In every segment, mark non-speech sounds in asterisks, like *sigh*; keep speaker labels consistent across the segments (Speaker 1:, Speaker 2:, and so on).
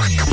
Speaker 1: manhã.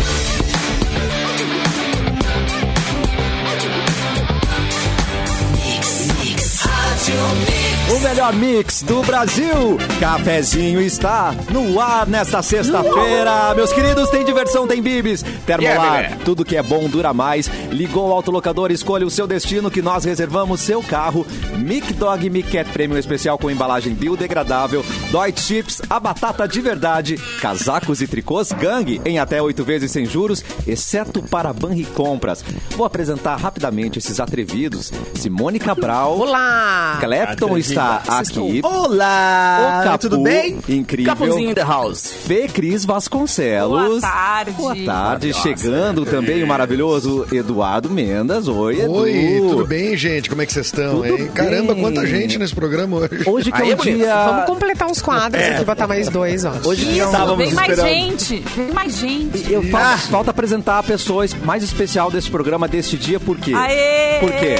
Speaker 2: O melhor mix do Brasil. Cafezinho está no ar nesta sexta-feira. Meus queridos, tem diversão, tem bibis. Termolar,
Speaker 3: Yeah, bebê.
Speaker 2: tudo que é bom dura mais. Ligou o autolocador, escolha o seu destino que nós reservamos seu carro. Mic Dog Mic Cat Premium Especial com embalagem biodegradável. Dói Chips, a batata de verdade. Casacos e tricôs Gang em até oito vezes sem juros, exceto para Banri Compras. Vou apresentar rapidamente esses atrevidos. Simone Cabral.
Speaker 3: Olá!
Speaker 2: Clapton
Speaker 3: Atrevido.
Speaker 2: está
Speaker 3: Vocês
Speaker 2: aqui.
Speaker 3: estão-
Speaker 2: O
Speaker 3: Olá!
Speaker 2: Capu,
Speaker 3: tudo bem?
Speaker 2: incrível.
Speaker 3: Capuzinho in the house.
Speaker 2: Fê Cris Vasconcelos.
Speaker 4: Boa tarde.
Speaker 2: Boa tarde. Chegando também o maravilhoso Eduardo Mendas. Oi, Edu.
Speaker 5: Oi, tudo bem, gente? Como é que vocês estão,
Speaker 2: Tudo
Speaker 5: hein? Caramba,
Speaker 2: bem.
Speaker 5: quanta gente nesse programa
Speaker 2: *laughs*
Speaker 5: hoje.
Speaker 2: Hoje que
Speaker 3: Aí
Speaker 2: é
Speaker 3: é
Speaker 2: o
Speaker 3: bonito.
Speaker 2: dia...
Speaker 6: Vamos completar uns quadros aqui, botar mais dois, ó.
Speaker 2: Hoje que é um-
Speaker 4: Isso, vem mais
Speaker 5: esperando.
Speaker 4: gente. Vem mais gente.
Speaker 2: Eu fal-
Speaker 3: Ah!
Speaker 2: Falta apresentar a pessoa mais especial desse programa, deste dia, por quê?
Speaker 4: Aê!
Speaker 2: Por quê?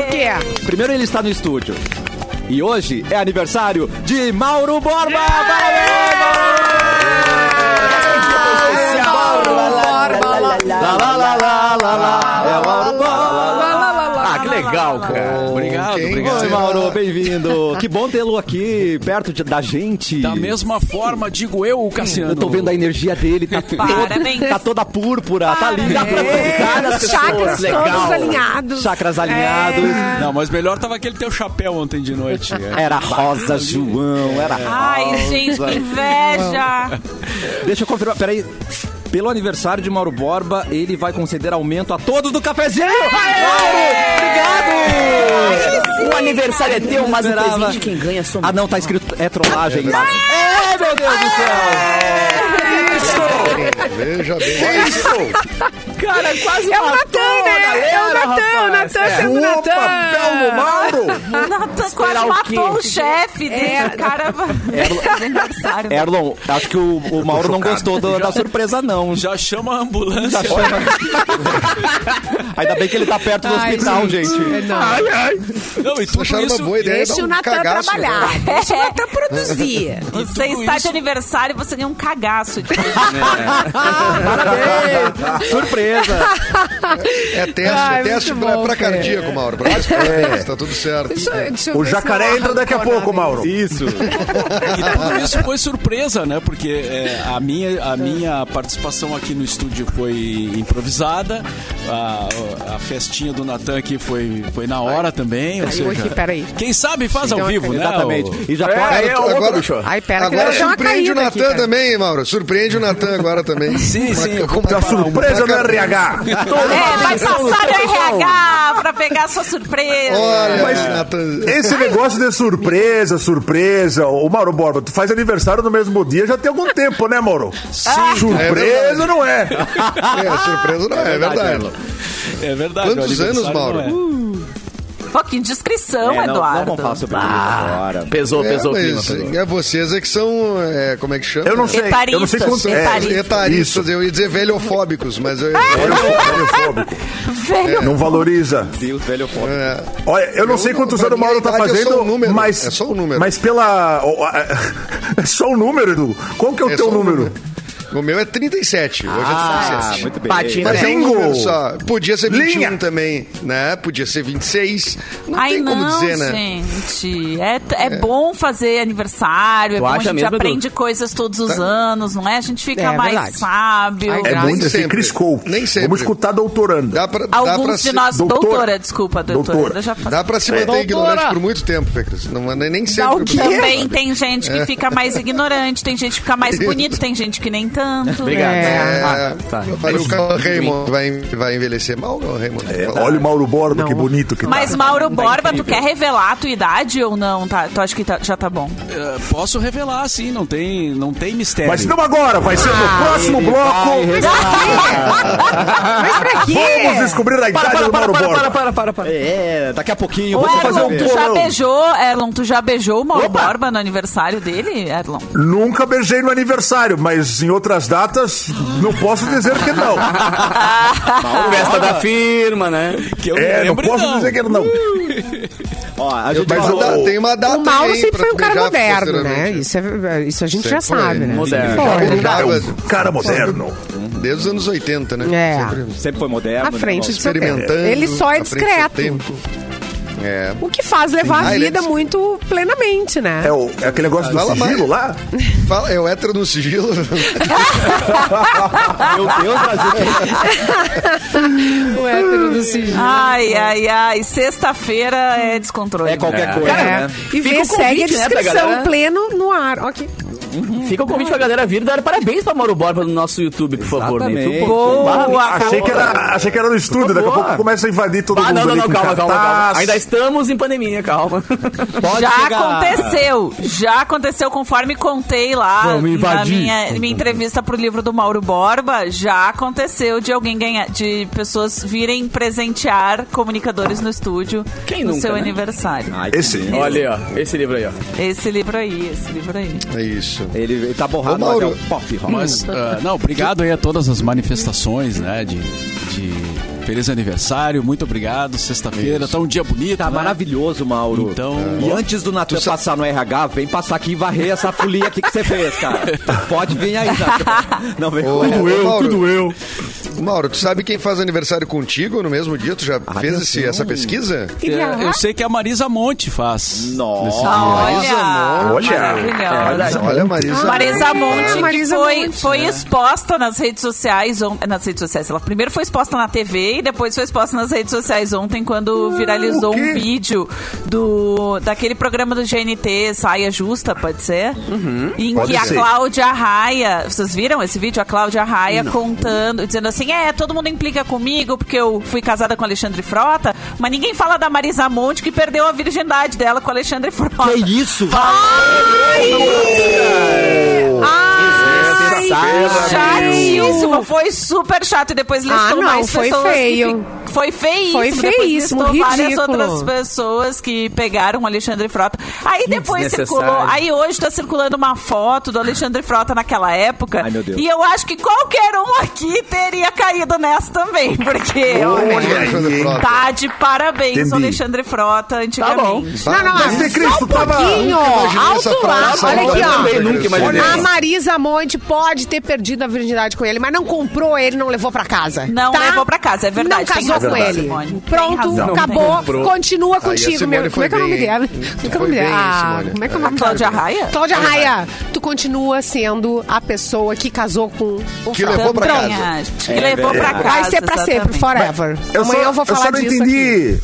Speaker 6: O que é?
Speaker 2: Primeiro ele está no estúdio. E hoje é aniversário de Mauro Borba! Parabéns, Mauro! Lá, lá, lá, lá, lá, lá. É o Mauro Borba!
Speaker 3: Ah, que legal, cara. Obrigado,
Speaker 5: Quem
Speaker 3: obrigado.
Speaker 2: Oi,
Speaker 5: será?
Speaker 2: Mauro, bem-vindo. Que bom tê-lo aqui, perto de- da gente.
Speaker 7: Da mesma forma, digo eu, o Cassiano.
Speaker 2: Eu tô vendo a energia dele, tá,
Speaker 4: Parabéns.
Speaker 2: tá toda púrpura, tá linda.
Speaker 6: Os chakras
Speaker 3: legal.
Speaker 6: todos alinhados.
Speaker 2: Chakras alinhados.
Speaker 7: Não, mas melhor tava aquele teu chapéu ontem de noite. É.
Speaker 2: Era rosa, João, era
Speaker 4: Ai, gente, que inveja.
Speaker 2: Deixa eu confirmar, peraí. Pelo aniversário de Mauro Borba, ele vai conceder aumento a todos do cafezinho! Mauro, obrigado!
Speaker 3: O aniversário é teu, mas o
Speaker 2: Esperava.
Speaker 3: presente quem ganha sou
Speaker 2: Ah, não, tá escrito é trollagem. embaixo. É, meu Deus do céu!
Speaker 5: Veja bem.
Speaker 3: Cara, quase
Speaker 6: É o Natan, né? É o Natan, o Natan
Speaker 2: É.
Speaker 6: sendo Natan.
Speaker 4: Natan quase
Speaker 3: o
Speaker 4: matou
Speaker 3: quê?
Speaker 4: o chefe dele. O cara é aniversário.
Speaker 2: Erlon, acho que o, o Mauro não gostou do- da surpresa, não. Já
Speaker 7: Já chama a ambulância.
Speaker 2: chama. Ainda bem que ele tá perto do
Speaker 6: Ai,
Speaker 2: hospital, gente.
Speaker 7: Não, e tudo
Speaker 5: Acharam uma
Speaker 7: isso...
Speaker 5: boa ideia.
Speaker 6: Deixa
Speaker 5: dá um
Speaker 6: o Natan
Speaker 5: cagaço,
Speaker 6: trabalhar.
Speaker 4: né?
Speaker 6: Deixa o Natan produzir.
Speaker 4: Você está de aniversário e você ganha um cagaço. de-
Speaker 2: Parabéns! Surpresa!
Speaker 5: É teste,
Speaker 6: Ai,
Speaker 5: é teste
Speaker 6: muito
Speaker 5: pra,
Speaker 6: bom,
Speaker 5: pra
Speaker 6: Fê.
Speaker 5: cardíaco, Mauro. Pra é. Tá tudo certo.
Speaker 6: o jacaré entra daqui a pouco, Mauro.
Speaker 2: Isso.
Speaker 7: E tudo isso foi surpresa, né? Porque é, a, minha, a minha participação aqui no estúdio foi improvisada. A, a festinha do Natan aqui foi, foi na hora também. Ou
Speaker 6: Caiu aqui,
Speaker 7: seja,
Speaker 6: peraí.
Speaker 7: quem sabe faz ao
Speaker 6: Então,
Speaker 7: vivo, né?
Speaker 2: Exatamente.
Speaker 7: o-
Speaker 2: E já pode...
Speaker 5: é louco, bicho.
Speaker 6: Ai, pera, que
Speaker 5: Agora
Speaker 6: eu dei uma
Speaker 5: surpreende o
Speaker 6: caída aqui,
Speaker 5: Natan
Speaker 6: cara.
Speaker 5: também, Mauro. Surpreende o Natan agora também.
Speaker 7: Sim, sim, eu vou
Speaker 8: um
Speaker 5: uma-
Speaker 8: Tá surpresa
Speaker 5: uma-
Speaker 8: no RH.
Speaker 5: *laughs*
Speaker 4: É, vai passar no RH pra pegar a sua surpresa.
Speaker 5: Olha, Natan. é,
Speaker 8: Esse negócio de surpresa, surpresa. Ô, Mauro Borba, tu faz aniversário no mesmo dia já tem algum tempo, né, Mauro? Sim. Surpresa
Speaker 5: É
Speaker 8: não é.
Speaker 5: É, surpresa não é, é verdade.
Speaker 2: Erlon.
Speaker 7: É verdade.
Speaker 5: Quantos
Speaker 7: o aniversário
Speaker 5: anos, Mauro?
Speaker 7: não é.
Speaker 4: Pô, que indiscrição,
Speaker 2: É, não, não
Speaker 4: Eduardo.
Speaker 2: vamos falar sobre isso agora.
Speaker 3: Pesou,
Speaker 5: É,
Speaker 3: pesou o clima.
Speaker 5: mas
Speaker 3: pesou.
Speaker 5: é vocês é que são, é, como é que chama?
Speaker 8: Eu não sei. Eu não sei
Speaker 4: Etaristas,
Speaker 8: quanto
Speaker 4: etaristas.
Speaker 8: é.
Speaker 5: Etaristas, eu ia dizer velhofóbicos, mas eu...
Speaker 8: Olhofóbico.
Speaker 4: Velho,
Speaker 8: Não valoriza.
Speaker 2: Deus, velho foda.
Speaker 5: É.
Speaker 8: Olha, eu não
Speaker 5: Eu
Speaker 8: sei
Speaker 5: não-
Speaker 8: quantos
Speaker 5: pra
Speaker 8: anos o
Speaker 5: mim,
Speaker 8: Mauro
Speaker 5: a
Speaker 8: tá
Speaker 5: idade é
Speaker 8: fazendo,
Speaker 5: só um número.
Speaker 8: mas.
Speaker 5: É só um número.
Speaker 8: Mas pela. o- a- *laughs* É só um número, Edu. Qual que é o
Speaker 5: É
Speaker 8: teu
Speaker 5: só um
Speaker 8: número?
Speaker 5: O meu é 37, hoje
Speaker 6: Ah,
Speaker 5: é 37.
Speaker 2: muito bem.
Speaker 3: Patina.
Speaker 5: Mas é um
Speaker 8: Bingo!
Speaker 5: número só. Podia ser 21
Speaker 8: Linha!
Speaker 5: também, né? Podia ser 26. Não
Speaker 4: Ai,
Speaker 5: tem
Speaker 4: não,
Speaker 5: como dizer, né?
Speaker 4: gente. É, é, bom fazer aniversário, é
Speaker 3: Tu
Speaker 4: bom, a
Speaker 3: acha
Speaker 4: gente
Speaker 3: mesmo, Edu?
Speaker 4: aprende coisas todos
Speaker 5: Tá.
Speaker 4: os anos, não é? A gente fica
Speaker 6: É,
Speaker 4: mais
Speaker 6: verdade.
Speaker 4: sábio.
Speaker 6: Ai,
Speaker 8: É
Speaker 6: Graças.
Speaker 8: muito assim,
Speaker 5: Sempre.
Speaker 8: Criscou.
Speaker 5: Nem sempre.
Speaker 8: Vamos escutar a doutoranda.
Speaker 5: Dá pra, dá pra
Speaker 4: Alguns de
Speaker 5: se,
Speaker 4: nós... Doutora,
Speaker 8: doutora.
Speaker 4: desculpa, doutora.
Speaker 8: Doutora.
Speaker 4: Eu já falei.
Speaker 5: Dá pra se manter
Speaker 6: Doutora.
Speaker 5: ignorante por muito tempo, Fê Cris. Não, nem nem sempre.
Speaker 4: Não,
Speaker 5: o pessoal
Speaker 4: também
Speaker 5: sabe.
Speaker 4: tem gente
Speaker 5: É.
Speaker 4: que fica mais ignorante, tem gente que fica mais bonito, tem gente que nem tanto.
Speaker 3: Obrigado.
Speaker 5: É,
Speaker 6: É.
Speaker 3: tá.
Speaker 5: eu falei, o cara Raymond vai, vai envelhecer mal, não, Raymond?
Speaker 8: É, olha o Mauro Borba, que bonito que
Speaker 4: Mas,
Speaker 8: tá.
Speaker 4: Mauro Borba, tu quer revelar a tua idade ou não? Tá, tu acha que tá- já tá
Speaker 5: *laughs*
Speaker 4: bom?
Speaker 7: Eh, Posso revelar, sim, não tem, não tem mistério.
Speaker 8: Mas não agora, vai ser no próximo bloco.
Speaker 5: Ah,
Speaker 8: Vamos descobrir a idade
Speaker 2: um
Speaker 8: do Mauro Borba.
Speaker 3: para, para, para.
Speaker 2: É, daqui a pouquinho.
Speaker 4: Ô,
Speaker 2: Vamos fazer
Speaker 4: Erlon,
Speaker 2: um
Speaker 4: tu já
Speaker 8: bolão.
Speaker 4: beijou, Erlon, tu já beijou o Mauro
Speaker 8: Opa!
Speaker 4: Borba no aniversário dele, Erlon?
Speaker 8: Nunca beijei no aniversário, mas em outras datas, não posso dizer que não.
Speaker 7: Festa da
Speaker 3: firma, né?
Speaker 7: Ah. Que eu
Speaker 8: É,
Speaker 7: me
Speaker 8: não
Speaker 7: lembro,
Speaker 8: posso dizer que não.
Speaker 2: Ó, Ah, a gente
Speaker 5: Mas
Speaker 2: falou-
Speaker 5: dá- tem uma data
Speaker 6: O Mauro
Speaker 5: aí
Speaker 6: sempre
Speaker 5: Tá pra
Speaker 6: foi um
Speaker 5: tu
Speaker 6: cara
Speaker 5: beijar
Speaker 6: moderno, né?
Speaker 5: posteriormente.
Speaker 6: Isso, é- isso a gente
Speaker 5: Sempre
Speaker 6: já
Speaker 5: foi.
Speaker 6: sabe, né?
Speaker 3: Moderno.
Speaker 8: Tá
Speaker 6: Foi.
Speaker 5: Mudava
Speaker 8: Cara moderno.
Speaker 5: desde os anos 80, né?
Speaker 6: É.
Speaker 5: Sempre
Speaker 2: Sempre foi moderno.
Speaker 6: À
Speaker 2: né,
Speaker 6: frente
Speaker 2: Mauro?
Speaker 6: do seu tempo.
Speaker 5: experimentando.
Speaker 6: Ele só é
Speaker 5: à frente do seu
Speaker 6: discreto.
Speaker 5: tempo. É.
Speaker 6: O que faz levar
Speaker 5: Ah,
Speaker 6: a
Speaker 5: ele é
Speaker 6: vida
Speaker 5: dis-
Speaker 6: muito plenamente, né?
Speaker 8: É, o- é aquele negócio do
Speaker 5: Fala mais.
Speaker 8: sigilo lá?
Speaker 5: Fala, é o hétero no sigilo. *laughs*
Speaker 2: Meu Deus, Brasil.
Speaker 6: O hétero do sigilo.
Speaker 4: Ai, ai, ai. Sexta-feira é descontrole.
Speaker 2: É qualquer coisa,
Speaker 6: Cara,
Speaker 2: né?
Speaker 6: E
Speaker 3: Fica
Speaker 6: vê,
Speaker 3: o convite,
Speaker 6: segue a
Speaker 3: né, pra
Speaker 6: descrição,
Speaker 3: galera?
Speaker 6: pleno no ar. Ok.
Speaker 3: Fica o convite pra galera vir dar parabéns pra Mauro Borba no nosso YouTube, por favor. né?
Speaker 2: Exatamente.
Speaker 3: YouTube, Boa!
Speaker 8: Achei que era, achei que era no estúdio, daqui a
Speaker 3: Boa.
Speaker 8: pouco começa a invadir todo
Speaker 3: Ah,
Speaker 8: mundo.
Speaker 3: não, não,
Speaker 8: ali
Speaker 3: não,
Speaker 8: com
Speaker 3: calma, calma, calma.
Speaker 8: cartaz.
Speaker 3: Ainda estamos em pandemia, calma.
Speaker 2: Pode
Speaker 4: já
Speaker 2: chegar.
Speaker 4: aconteceu, já aconteceu, conforme contei lá
Speaker 3: Vamos
Speaker 4: na
Speaker 3: invadir.
Speaker 4: minha, minha entrevista pro livro do Mauro Borba, já aconteceu de alguém ganhar, de pessoas virem presentear comunicadores no estúdio
Speaker 3: Quem
Speaker 4: no
Speaker 3: nunca,
Speaker 4: seu
Speaker 3: né?
Speaker 4: aniversário.
Speaker 2: Ai, que
Speaker 8: Esse.
Speaker 2: lindo.
Speaker 3: Olha aí, ó. Esse livro aí, ó.
Speaker 4: Esse livro aí, esse livro aí.
Speaker 5: É isso.
Speaker 2: Ele, ele tá borrado,
Speaker 5: Ô, Mauro.
Speaker 2: mas é o pop rock.
Speaker 7: Mas, ah, não, obrigado aí a todas as manifestações, né? De, de feliz aniversário, muito obrigado. Sexta-feira, tá um dia bonito.
Speaker 2: Tá
Speaker 7: né?
Speaker 2: maravilhoso, Mauro. É.
Speaker 7: Então-
Speaker 2: e antes do Natan passar no RH, vem passar aqui e varrer essa folia aqui que você fez, cara. Pode vir aí, Natan. Não vem
Speaker 5: Ô,
Speaker 2: com essa.
Speaker 5: ô, Mauro,
Speaker 3: eu.
Speaker 5: Mauro, tu sabe quem faz aniversário contigo no mesmo dia? Tu já
Speaker 8: Ah,
Speaker 5: fez esse-
Speaker 2: Atenção.
Speaker 5: essa pesquisa?
Speaker 7: É, eu sei que a Marisa Monte faz. nesse
Speaker 2: Nossa.
Speaker 5: Ah, Marisa
Speaker 4: Olha,
Speaker 8: Monte. Olha. Tá
Speaker 4: maravilhosa.
Speaker 5: Olha, Marisa.
Speaker 4: Marisa Monte
Speaker 6: Ah, Marisa
Speaker 4: foi,
Speaker 6: Monte,
Speaker 4: foi exposta nas redes sociais. on- Nas redes sociais. Ela primeiro foi exposta na TV e depois foi exposta nas redes sociais ontem, quando viralizou um vídeo do, daquele programa do GNT, Saia Justa, pode ser? Em
Speaker 8: Uhum, Pode
Speaker 4: que
Speaker 8: ser.
Speaker 4: a Cláudia Raia. Vocês viram esse vídeo? A Cláudia Raia contando, dizendo assim: é, todo mundo implica comigo porque eu fui casada com Alexandre Frota, mas ninguém fala da Marisa Monte que perdeu a virgindade dela com Alexandre Frota.
Speaker 2: Que isso?
Speaker 4: Chatíssimo, foi super chato. E depois listou
Speaker 6: Ah, não,
Speaker 4: mais
Speaker 6: foi
Speaker 4: pessoas. que
Speaker 6: feio.
Speaker 4: fi- foi feio.
Speaker 6: Foi
Speaker 4: Depois
Speaker 6: feíssimo,
Speaker 4: listou várias
Speaker 6: ridículo.
Speaker 4: outras pessoas que pegaram o Alexandre Frota. Aí depois
Speaker 2: desnecessário.
Speaker 4: circulou. Aí hoje tá circulando uma foto do Alexandre Frota naquela época.
Speaker 2: Ai, meu Deus.
Speaker 4: E eu acho que qualquer um aqui teria caído nessa também. *laughs* Porque, olha,
Speaker 5: Olha aí, hein?
Speaker 4: tá de parabéns
Speaker 8: Entendi.
Speaker 4: o Alexandre Frota antigamente.
Speaker 5: Não, não,
Speaker 8: Mas, Fê Cristo,
Speaker 6: Só um
Speaker 8: tava-
Speaker 6: pouquinho,
Speaker 5: Nunca imaginei essa
Speaker 6: alto lá.
Speaker 5: frase,
Speaker 6: Olha aqui,
Speaker 5: Mauro.
Speaker 6: ó.
Speaker 3: Também nunca imaginei.
Speaker 6: A
Speaker 5: Olha.
Speaker 6: Marisa Monte pode ter perdido a virgindade com ele, mas não comprou ele, não levou pra casa. Tá?
Speaker 4: Não levou pra casa, é
Speaker 6: Não
Speaker 4: verdade, tem
Speaker 6: casou
Speaker 4: razão,
Speaker 6: com ele.
Speaker 4: Simone. Tem
Speaker 6: Pronto,
Speaker 4: razão. Não
Speaker 6: acabou,
Speaker 3: comprou.
Speaker 6: continua
Speaker 5: a
Speaker 6: contigo.
Speaker 5: Simone
Speaker 6: meu. Como é que é
Speaker 5: foi
Speaker 6: o nome
Speaker 5: bem,
Speaker 6: dela?
Speaker 5: hein?
Speaker 6: Como é que é o
Speaker 5: Foi
Speaker 6: nome
Speaker 5: bem, hein,
Speaker 6: dela? Ah,
Speaker 5: Simone?
Speaker 6: como é que é o nome
Speaker 4: Cláudia
Speaker 6: dela?
Speaker 4: Raia?
Speaker 6: Cláudia Raia, tu continua sendo a pessoa que casou com o
Speaker 5: Que
Speaker 6: Fran.
Speaker 5: levou pra
Speaker 6: Pronto.
Speaker 5: casa.
Speaker 4: Acho Que ah, levou pra casa.
Speaker 6: Vai ser pra sempre,
Speaker 4: exatamente.
Speaker 6: forever.
Speaker 8: Eu
Speaker 6: Amanhã
Speaker 8: só,
Speaker 6: eu vou falar
Speaker 8: só não
Speaker 6: disso aqui.
Speaker 8: entendi.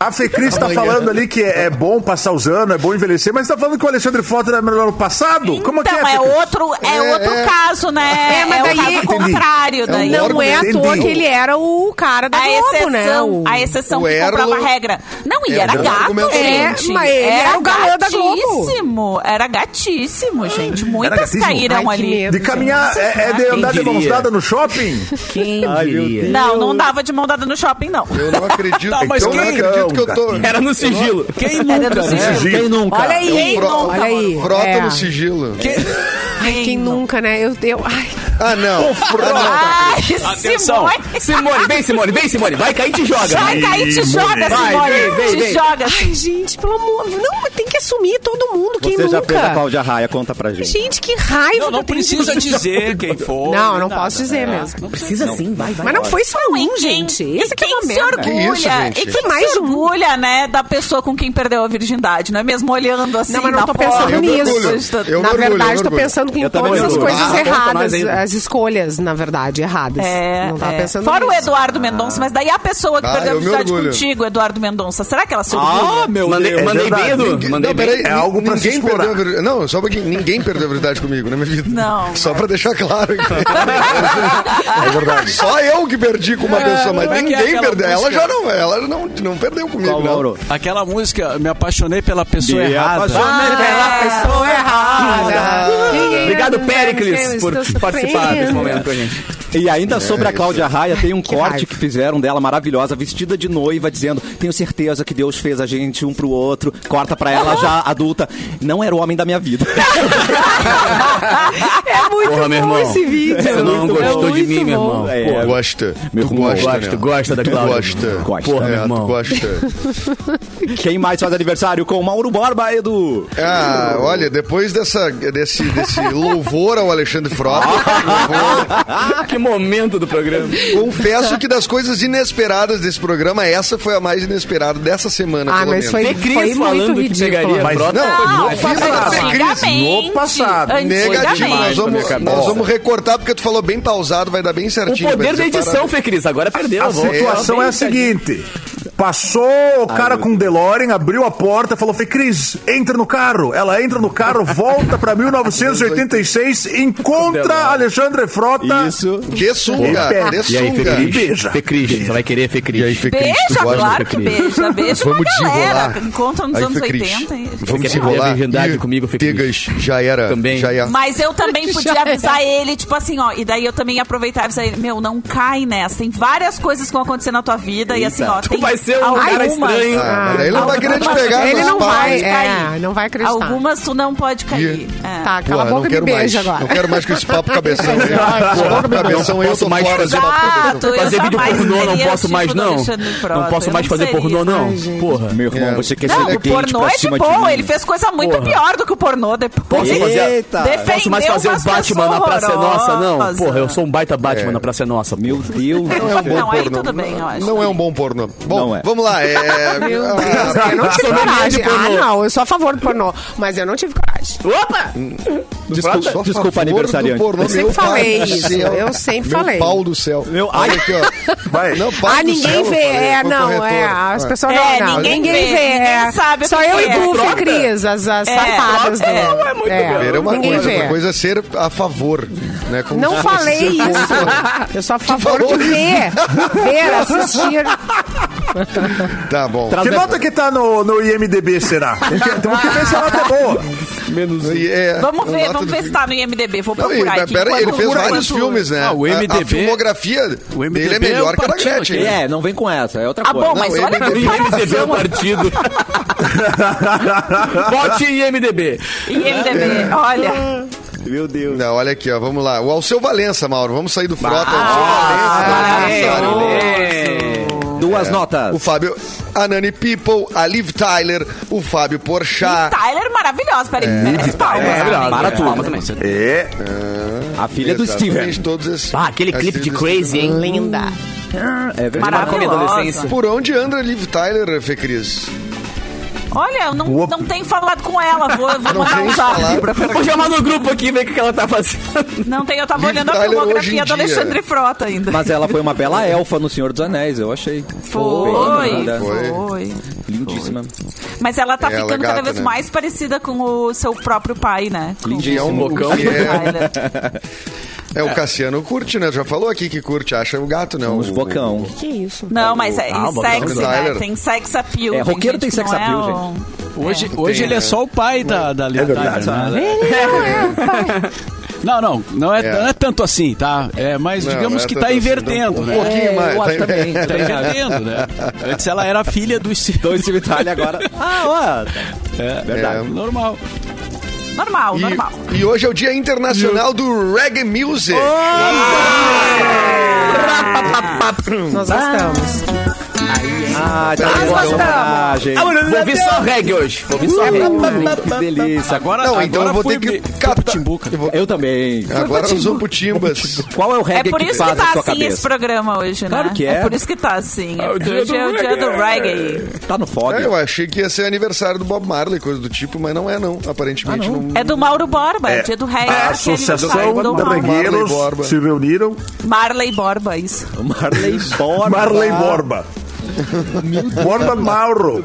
Speaker 8: A Fê Cris tá
Speaker 5: Amanhã.
Speaker 8: falando ali que é, é bom passar os anos, é bom envelhecer, mas tá falando que o Alexandre Frota era melhor no passado? Como é que é?
Speaker 4: Então,
Speaker 8: Fê
Speaker 4: é
Speaker 8: Cris?
Speaker 4: outro, é
Speaker 5: É,
Speaker 4: outro
Speaker 5: é.
Speaker 4: caso, né?
Speaker 6: É, mas
Speaker 4: o
Speaker 6: daí-
Speaker 4: caso contrário.
Speaker 5: É um
Speaker 4: Daí.
Speaker 6: Não
Speaker 5: Órgão
Speaker 6: é à
Speaker 8: dele.
Speaker 6: toa
Speaker 8: Entendi.
Speaker 6: que ele era o cara da
Speaker 4: A
Speaker 6: Globo, né?
Speaker 4: exceção,
Speaker 6: O-
Speaker 4: a exceção
Speaker 5: O
Speaker 4: que
Speaker 5: Erlo-
Speaker 4: comprava a regra. Não, e
Speaker 5: É,
Speaker 4: era
Speaker 5: o
Speaker 4: gato,
Speaker 5: argumento-
Speaker 6: É,
Speaker 4: gente.
Speaker 6: mas ele era o galã da Globo.
Speaker 4: gatíssimo, Era gatíssimo, gente. Muitas
Speaker 8: gatíssimo?
Speaker 4: caíram
Speaker 6: Ai, que
Speaker 4: ali.
Speaker 6: medo.
Speaker 8: De caminhar, é, é de
Speaker 3: Quem
Speaker 8: andar de mãos
Speaker 3: diria?
Speaker 8: dadas no shopping?
Speaker 3: Quem
Speaker 2: meu
Speaker 3: diria?
Speaker 4: Não, não dava de mão dada no shopping, não.
Speaker 5: Eu não acredito.
Speaker 7: Tá, mas
Speaker 5: eu não
Speaker 7: quem
Speaker 5: acredito
Speaker 8: não,
Speaker 5: que eu tô.
Speaker 3: Era no sigilo.
Speaker 7: Quem nunca, né?
Speaker 8: sigilo.
Speaker 2: Quem nunca?
Speaker 6: Olha aí,
Speaker 5: Eu
Speaker 6: hein?
Speaker 5: fro-
Speaker 6: Olha aí.
Speaker 5: Frota
Speaker 6: É.
Speaker 5: no sigilo.
Speaker 6: Ai, quem nunca, né? Eu, eu, ai,
Speaker 5: Ah, não. Ah, não.
Speaker 4: Ai,
Speaker 7: Atenção.
Speaker 4: Simone.
Speaker 3: Simone, vem, Simone, vem, Simone. Vai cair e te joga.
Speaker 4: Vai cair, te joga,
Speaker 3: Vai, vem,
Speaker 4: Simone.
Speaker 3: vem,
Speaker 4: Te
Speaker 3: vem.
Speaker 4: joga.
Speaker 6: ai, gente, pelo amor. Não, mas tem que assumir todo mundo, quem
Speaker 2: Você já fez a
Speaker 6: nunca?
Speaker 2: Cláudia Raia, conta pra gente.
Speaker 6: Gente, que raiva.
Speaker 7: Não, não
Speaker 6: que eu tenho
Speaker 7: precisa
Speaker 6: disso.
Speaker 7: dizer quem
Speaker 6: *laughs*
Speaker 7: foi.
Speaker 6: Não,
Speaker 7: nem
Speaker 6: não
Speaker 7: nada,
Speaker 6: posso dizer
Speaker 7: né?
Speaker 6: mesmo.
Speaker 7: Não precisa.
Speaker 3: Precisa sim, vai, vai.
Speaker 6: Mas não foi só
Speaker 4: E
Speaker 6: um,
Speaker 4: quem-
Speaker 6: gente.
Speaker 4: e
Speaker 6: Esse aqui é
Speaker 4: quem
Speaker 6: uma
Speaker 4: se
Speaker 6: merda.
Speaker 4: orgulha,
Speaker 5: Que isso, gente?
Speaker 4: e quem
Speaker 6: Mais
Speaker 4: mais se
Speaker 6: um.
Speaker 4: orgulha, né, da pessoa com quem perdeu a virgindade, não é mesmo olhando assim
Speaker 6: Não, mas não
Speaker 4: na
Speaker 6: tô
Speaker 4: foto,
Speaker 6: pensando
Speaker 5: eu me orgulho.
Speaker 6: nisso.
Speaker 4: estou-
Speaker 5: Eu me
Speaker 6: na
Speaker 5: orgulho, eu me
Speaker 6: verdade, tô
Speaker 5: orgulho.
Speaker 6: pensando em
Speaker 2: Eu também
Speaker 6: todas
Speaker 2: me
Speaker 6: as
Speaker 2: orgulho.
Speaker 6: coisas
Speaker 3: Ah, conta mais
Speaker 6: erradas,
Speaker 3: ainda.
Speaker 6: as escolhas, na verdade, erradas.
Speaker 4: É,
Speaker 6: não tava
Speaker 4: é.
Speaker 6: pensando
Speaker 4: Fora o
Speaker 6: nisso.
Speaker 4: Eduardo Mendonça, mas daí a pessoa que
Speaker 5: Ah,
Speaker 4: perdeu a
Speaker 5: eu me
Speaker 4: amizade
Speaker 5: orgulho.
Speaker 4: contigo, Eduardo Mendonça, será que ela se orgulha?
Speaker 2: Ah, meu
Speaker 3: Mandei,
Speaker 2: Deus.
Speaker 3: mandei bem,
Speaker 8: verdade.
Speaker 3: Edu. Mandei
Speaker 5: Não, peraí,
Speaker 3: bem.
Speaker 8: É algo pra se
Speaker 5: ninguém
Speaker 8: explorar.
Speaker 5: perdeu a verdade. Não, só porque ninguém perdeu a verdade comigo na minha vida.
Speaker 4: Não.
Speaker 5: Só pra deixar
Speaker 6: *laughs*
Speaker 5: claro. é verdade. Só eu que perdi com uma pessoa, mas
Speaker 7: como é que é
Speaker 5: ninguém
Speaker 7: aquela
Speaker 5: perdeu. Ela
Speaker 7: música?
Speaker 5: já não, ela não, não perdeu comigo,
Speaker 2: Qual,
Speaker 5: não.
Speaker 2: Mauro?
Speaker 7: Aquela música, me apaixonei pela pessoa
Speaker 2: Me
Speaker 7: errada.
Speaker 2: apaixonei.
Speaker 6: Pela pessoa errada. é
Speaker 3: Obrigado, Péricles, por participar emocionado esse momento com a gente. É,
Speaker 2: E ainda sobre a Cláudia Raia, tem um corte que fizeram dela maravilhosa, vestida de noiva, dizendo: Tenho certeza que Deus fez a gente um pro outro. Corta pra ela
Speaker 3: *laughs*
Speaker 2: já adulta. Não era o homem da minha vida.
Speaker 6: *laughs* É muito
Speaker 3: Porra,
Speaker 6: bom
Speaker 3: meu irmão.
Speaker 6: esse vídeo.
Speaker 3: Você não
Speaker 6: É
Speaker 3: gostou de
Speaker 6: muito
Speaker 3: mim, meu
Speaker 6: bom.
Speaker 3: irmão.
Speaker 2: *laughs* É.
Speaker 3: Pô,
Speaker 5: Gosta.
Speaker 3: Meu
Speaker 5: tu
Speaker 3: irmão,
Speaker 5: gosta,
Speaker 3: gosta,
Speaker 5: né?
Speaker 3: gosta da
Speaker 5: tu
Speaker 3: Cláudia.
Speaker 5: Gosta.
Speaker 2: Gosta.
Speaker 3: Porra,
Speaker 5: é,
Speaker 3: meu irmão.
Speaker 5: Tu gosta.
Speaker 2: Quem mais faz aniversário com Mauro Borba, Edu?
Speaker 5: *laughs* Ah, olha, depois dessa, desse, desse louvor ao Alexandre
Speaker 3: *laughs*
Speaker 5: Frota, louvor,
Speaker 3: Ah, que momento do programa.
Speaker 5: confesso que das coisas inesperadas desse programa, essa foi a mais inesperada dessa semana,
Speaker 6: Ah,
Speaker 5: pelo
Speaker 6: mas
Speaker 5: menos.
Speaker 6: foi,
Speaker 3: Tem
Speaker 6: foi
Speaker 3: Cris
Speaker 6: muito
Speaker 3: falando que pegaria
Speaker 6: ridículo.
Speaker 8: Mas
Speaker 3: frota.
Speaker 5: Não,
Speaker 4: Não,
Speaker 5: avisa
Speaker 4: mas
Speaker 5: pra Cris,
Speaker 4: antigamente.
Speaker 8: no passado.
Speaker 5: Negativo, nós
Speaker 4: Antigamente.
Speaker 5: vamos,
Speaker 3: Cabeça.
Speaker 5: nós vamos recortar porque tu falou bem pausado, vai dar bem
Speaker 3: O
Speaker 5: certinho. vai
Speaker 3: poder da
Speaker 5: dizer,
Speaker 3: edição, Fê Cris. Agora perdeu.
Speaker 8: A
Speaker 3: voltou
Speaker 8: situação
Speaker 3: bem
Speaker 8: é a seguinte. Passou o cara com o DeLorean, abriu a porta, falou: Fê, Cris, entra no carro. Ela entra no carro, volta pra 1986, encontra Alexandre Frota
Speaker 2: Isso.
Speaker 5: parado. De sunga,
Speaker 8: Eita.
Speaker 5: de
Speaker 3: E aí, Fê
Speaker 5: sunga.
Speaker 3: Cris?
Speaker 8: Beija.
Speaker 3: Fê Cris, você vai querer Fê Cris.
Speaker 4: Beija, claro que beija. Beija é uma galera.
Speaker 5: Vamos desenrolar.
Speaker 4: Encontra nos
Speaker 5: Aí,
Speaker 4: anos
Speaker 5: Fê Cris,
Speaker 4: 80. e-
Speaker 5: Vamos
Speaker 3: Você quer
Speaker 5: desenrolar.
Speaker 3: perder a virgindade
Speaker 5: Ih,
Speaker 3: comigo, Fê Cris?
Speaker 5: Tegas, já era.
Speaker 3: Também.
Speaker 5: Já é era.
Speaker 4: Mas eu também
Speaker 6: *laughs*
Speaker 4: podia
Speaker 6: Já era.
Speaker 4: avisar ele, tipo assim, ó. E daí eu também ia aproveitar e avisar ele, meu, não cai nessa. Tem várias coisas que vão acontecer na tua vida. E assim, ó,
Speaker 3: Tu
Speaker 4: tem
Speaker 3: vai ser um cara
Speaker 4: algumas- tipo,
Speaker 3: estranho.
Speaker 5: Ah, mas aí ele não tá querendo te pegar
Speaker 6: Ele
Speaker 5: nos
Speaker 6: não
Speaker 5: pau.
Speaker 6: vai, é,
Speaker 4: cair.
Speaker 6: não vai acreditar.
Speaker 4: Algumas tu não pode cair.
Speaker 5: E-
Speaker 4: É.
Speaker 6: Tá,
Speaker 5: Pô,
Speaker 6: cala a
Speaker 5: não
Speaker 6: boca e me
Speaker 5: quero mais.
Speaker 6: beija agora.
Speaker 5: Não quero mais com esse papo cabeção. né? Esse papo cabeção eu
Speaker 3: posso
Speaker 5: tô
Speaker 3: mais
Speaker 5: fora desse
Speaker 3: fazer-
Speaker 5: papo cabeção.
Speaker 4: Exato, eu
Speaker 3: Fazer vídeo
Speaker 4: jamais
Speaker 3: pornô, não
Speaker 4: seria o
Speaker 3: posso
Speaker 4: tipo
Speaker 3: mais,
Speaker 4: do
Speaker 3: não.
Speaker 4: Alexandre Frota,
Speaker 3: Não posso
Speaker 4: eu
Speaker 3: mais
Speaker 4: não
Speaker 3: fazer
Speaker 4: seria.
Speaker 3: pornô, não.
Speaker 6: Ai, gente.
Speaker 3: Porra. É.
Speaker 2: Meu irmão, você quer
Speaker 4: Não,
Speaker 2: ser
Speaker 4: o pornô é de boa. Ele fez coisa muito
Speaker 3: Porra.
Speaker 4: pior do que o pornô depois.
Speaker 3: Posso fazer a-
Speaker 2: Eita.
Speaker 4: Defendeu
Speaker 3: Posso mais fazer o
Speaker 4: umas
Speaker 3: Batman na
Speaker 4: pessoas
Speaker 3: Praça é Nossa, não?
Speaker 4: horrorosas.
Speaker 3: Porra, eu sou um baita Batman na Praça é Nossa.
Speaker 2: Meu Deus.
Speaker 5: Não é um bom
Speaker 4: Não, aí
Speaker 5: pornô.
Speaker 4: tudo bem, eu acho.
Speaker 5: Não é um bom pornô. Bom,
Speaker 2: Não é.
Speaker 5: vamos lá. É...
Speaker 6: Eu não tive
Speaker 3: Sommelier
Speaker 6: coragem.
Speaker 3: de
Speaker 6: Ah,
Speaker 3: pornô.
Speaker 6: não, eu sou a favor do pornô. Mas eu não tive coragem.
Speaker 3: Opa!
Speaker 2: Desculpa,
Speaker 5: Só
Speaker 2: desculpa
Speaker 5: favor do
Speaker 2: aniversariante.
Speaker 5: pornô,
Speaker 6: Eu sempre
Speaker 5: meu pai
Speaker 6: falei
Speaker 5: do
Speaker 6: isso,
Speaker 5: céu.
Speaker 6: eu sempre
Speaker 5: meu
Speaker 6: falei.
Speaker 5: pau do céu.
Speaker 2: Meu-
Speaker 5: Olha
Speaker 2: Ai.
Speaker 5: aqui, ó.
Speaker 8: Vai.
Speaker 5: Não, pai
Speaker 6: Ah,
Speaker 5: do
Speaker 6: ninguém
Speaker 5: céu,
Speaker 6: vê.
Speaker 5: eu falei,
Speaker 6: É,
Speaker 5: foi
Speaker 6: não,
Speaker 5: corretor.
Speaker 6: é. As
Speaker 5: Ah.
Speaker 6: pessoas
Speaker 4: É,
Speaker 6: não, não.
Speaker 4: ninguém
Speaker 6: Ninguém
Speaker 4: vê,
Speaker 6: vê. é.
Speaker 4: ninguém sabe o
Speaker 6: Só
Speaker 4: que
Speaker 6: eu
Speaker 4: que
Speaker 6: e
Speaker 4: é.
Speaker 6: tu, Fê
Speaker 4: Frota.
Speaker 6: Cris, as, as
Speaker 4: É,
Speaker 6: safadas. do-
Speaker 4: frota é
Speaker 3: muito bom.
Speaker 5: Ver é uma
Speaker 6: ninguém
Speaker 5: coisa,
Speaker 6: vê.
Speaker 5: outra coisa é ser a favor. Né? Como
Speaker 6: Não
Speaker 5: se fosse
Speaker 6: falei
Speaker 5: ser
Speaker 6: isso.
Speaker 5: contra.
Speaker 6: Eu sou a favor
Speaker 5: falou
Speaker 6: de ver. Ver, assistir.
Speaker 5: Tá bom.
Speaker 8: *laughs* Que nota que tá no, no IMDB, será? Tem que, temos que ver se a nota é boa.
Speaker 5: E é-
Speaker 4: Vamos ver,
Speaker 5: nota
Speaker 4: vamos
Speaker 5: do
Speaker 4: ver se
Speaker 5: filme.
Speaker 4: tá no IMDB. Vou
Speaker 5: Não, e,
Speaker 4: procurar aqui.
Speaker 5: pera aí, ele
Speaker 4: enquanto-
Speaker 5: fez
Speaker 4: enquanto-
Speaker 5: vários filmes, né?
Speaker 7: Ah, o
Speaker 5: A- A,
Speaker 7: MDB
Speaker 5: filmografia
Speaker 7: O MDB
Speaker 5: dele é
Speaker 7: é
Speaker 5: melhor
Speaker 7: o
Speaker 5: que a da
Speaker 7: partido,
Speaker 5: Gretchen.
Speaker 7: aquele.
Speaker 5: né?
Speaker 2: É, não vem com essa, é outra
Speaker 4: Ah,
Speaker 2: coisa.
Speaker 4: bom, mas
Speaker 5: Não,
Speaker 4: olha
Speaker 5: ele-
Speaker 4: que
Speaker 5: ele-
Speaker 3: IMDB é o
Speaker 4: comparação.
Speaker 3: partido. Vote em IMDB.
Speaker 4: IMDB, olha.
Speaker 2: Meu Deus.
Speaker 5: Não, olha aqui, ó, vamos lá. O Alceu Valença, Mauro. Vamos sair do Frota.
Speaker 3: ah,
Speaker 5: Ah, Alceu Valença, aniversário.
Speaker 2: Duas notas.
Speaker 5: O Fábio, a Nani People, a Liv Tyler, o Fábio Porchat.
Speaker 4: Tyler maravilhosa, peraí, merece palmas.
Speaker 3: É,
Speaker 4: né?
Speaker 3: para tudo.
Speaker 8: É.
Speaker 2: A filha do
Speaker 5: Exatamente,
Speaker 2: Steven.
Speaker 5: Todos esses,
Speaker 3: Ah, aquele
Speaker 5: esses
Speaker 3: clipe de
Speaker 5: dos-
Speaker 3: Crazy, hein?
Speaker 6: Linda.
Speaker 2: É verdade.
Speaker 3: Marcou minha adolescência.
Speaker 4: Maravilhosa.
Speaker 5: Por onde anda a Liv Tyler, Fê Cris?
Speaker 4: Olha, eu não,
Speaker 8: Uou.
Speaker 4: não tenho falado com ela. Vou, vou
Speaker 5: Não
Speaker 4: mandar
Speaker 5: tem
Speaker 4: um zap
Speaker 5: falado.
Speaker 4: pra
Speaker 3: Vou chamar no grupo aqui ver o que que ela tá fazendo.
Speaker 4: Não tem, eu tava
Speaker 5: Liv
Speaker 4: olhando a
Speaker 5: Tyler hoje em
Speaker 4: filmografia do
Speaker 5: dia.
Speaker 4: Alexandre Frota ainda.
Speaker 2: Mas ela foi uma bela elfa no Senhor dos Anéis, eu achei.
Speaker 4: Foi,
Speaker 2: Bem, né?
Speaker 5: Foi.
Speaker 4: foi.
Speaker 2: Lindíssima.
Speaker 4: Mas ela tá
Speaker 5: Ela é
Speaker 4: ficando
Speaker 5: gata,
Speaker 4: cada vez
Speaker 5: né?
Speaker 4: mais parecida com o seu próprio pai, né? Com
Speaker 5: Que é, um,
Speaker 3: bocão.
Speaker 5: que é,
Speaker 2: né?
Speaker 4: Tyler.
Speaker 5: é o Cassiano curte, né? Já falou aqui que curte, acha o gato, não.
Speaker 2: Uns
Speaker 5: o,
Speaker 2: bocão.
Speaker 6: Que isso?
Speaker 4: Não, mas é
Speaker 3: Ah, o
Speaker 4: em
Speaker 3: Bogdan
Speaker 4: sexy, né?
Speaker 5: Tyler.
Speaker 4: Tem sex appeal.
Speaker 2: É, roqueiro tem
Speaker 4: gente que
Speaker 2: sex
Speaker 4: não é
Speaker 2: appeal,
Speaker 4: um-
Speaker 7: Hoje, hoje
Speaker 5: Tem, É
Speaker 7: ele
Speaker 5: né?
Speaker 7: é só o pai da, da Liv
Speaker 8: verdade.
Speaker 7: Tyler, né? *laughs* Não, não, não é,
Speaker 5: É.
Speaker 7: não é tanto assim, tá? É, mas
Speaker 5: Não,
Speaker 7: digamos
Speaker 5: não é
Speaker 7: que
Speaker 5: tanto
Speaker 7: tá
Speaker 5: assim,
Speaker 7: invertendo,
Speaker 5: Um
Speaker 7: né?
Speaker 5: pouquinho
Speaker 2: É,
Speaker 5: mais.
Speaker 2: eu acho
Speaker 5: tá-
Speaker 2: também.
Speaker 7: Tá invertendo, né? Antes ela era filha do *laughs* Steve.
Speaker 2: Dois cimitários agora. *laughs* Ah,
Speaker 7: É,
Speaker 5: verdade.
Speaker 7: Normal.
Speaker 4: Normal, normal.
Speaker 5: E, e hoje é o Dia Internacional do Reggae Music.
Speaker 6: Nós gostamos.
Speaker 2: Ah, tá
Speaker 5: Nós
Speaker 2: bom,
Speaker 5: gostamos.
Speaker 2: ah, gente.
Speaker 3: Vou ouvir só reggae hoje. Vou ouvir só
Speaker 2: Uh!
Speaker 3: reggae.
Speaker 2: Que delícia.
Speaker 7: Agora,
Speaker 5: Não,
Speaker 7: agora
Speaker 5: então eu vou ter
Speaker 7: fui
Speaker 5: que
Speaker 7: me-
Speaker 5: captar-
Speaker 7: Timbuca.
Speaker 5: eu vou-
Speaker 2: Eu também.
Speaker 5: Agora nós vamos pro Timbas.
Speaker 2: Qual é o
Speaker 4: É
Speaker 2: reggae
Speaker 4: por
Speaker 2: que
Speaker 4: isso que
Speaker 2: faz
Speaker 4: tá
Speaker 2: a sua
Speaker 4: assim esse
Speaker 2: cabeça?
Speaker 4: programa hoje, né?
Speaker 2: Claro que é.
Speaker 4: por isso que tá assim. É
Speaker 3: o
Speaker 4: porque
Speaker 3: dia
Speaker 4: hoje
Speaker 3: do
Speaker 4: é o dia do reggae.
Speaker 2: Tá no fog.
Speaker 5: É, eu achei que ia ser aniversário do Bob Marley, coisa do tipo, mas não é não. Aparentemente não.
Speaker 4: É do Mauro Borba, é. dia do reggae.
Speaker 8: A
Speaker 4: porque ele
Speaker 8: Associação
Speaker 4: saiu do
Speaker 8: de
Speaker 4: Mauro.
Speaker 5: Reggae.
Speaker 8: Regueiros
Speaker 5: Marley Borba.
Speaker 8: se reuniram.
Speaker 4: Marley Borba, isso.
Speaker 2: Marley Borba.
Speaker 8: Marley Borba. Borba Mauro.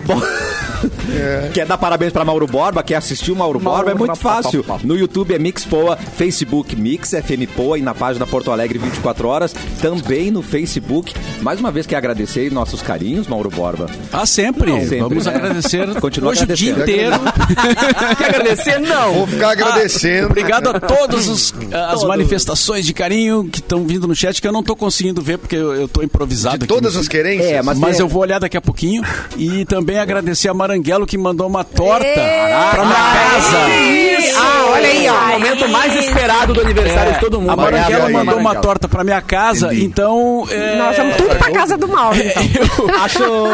Speaker 2: Quer dar parabéns pra Mauro Borba? Quer assistir o Mauro Borba? É muito fácil. No YouTube é Mixpoa, Facebook Mix FM Poa e na página Porto Alegre 24 horas, também no Facebook. Mais uma vez quer agradecer nossos carinhos, Mauro Borba.
Speaker 7: Ah, sempre.
Speaker 2: Não, sempre,
Speaker 7: Vamos
Speaker 2: né?
Speaker 5: *laughs*
Speaker 7: agradecer
Speaker 2: Continua
Speaker 7: hoje o dia
Speaker 2: agradecendo.
Speaker 7: inteiro.
Speaker 3: Quer agradecer? Não.
Speaker 5: Vou ficar agradecendo.
Speaker 7: Obrigado a todas
Speaker 5: *laughs*
Speaker 7: as manifestações de carinho que estão vindo no chat, que eu não tô conseguindo ver, porque eu, eu tô improvisado aqui.
Speaker 5: Todas as querências.
Speaker 2: É, mas-
Speaker 7: Mas eu vou olhar daqui a pouquinho. E também agradecer a Maranguelo que mandou uma torta pra minha casa.
Speaker 3: Ah, olha aí, ó. O momento mais esperado do aniversário
Speaker 2: É,
Speaker 3: de todo mundo.
Speaker 7: A Maranguelo
Speaker 8: Obrigado aí,
Speaker 7: mandou uma
Speaker 2: então.
Speaker 8: Maranguelo.
Speaker 7: torta pra minha casa,
Speaker 8: Entendi.
Speaker 7: então. é,
Speaker 6: Nós vamos tudo pra casa do Mauro. então.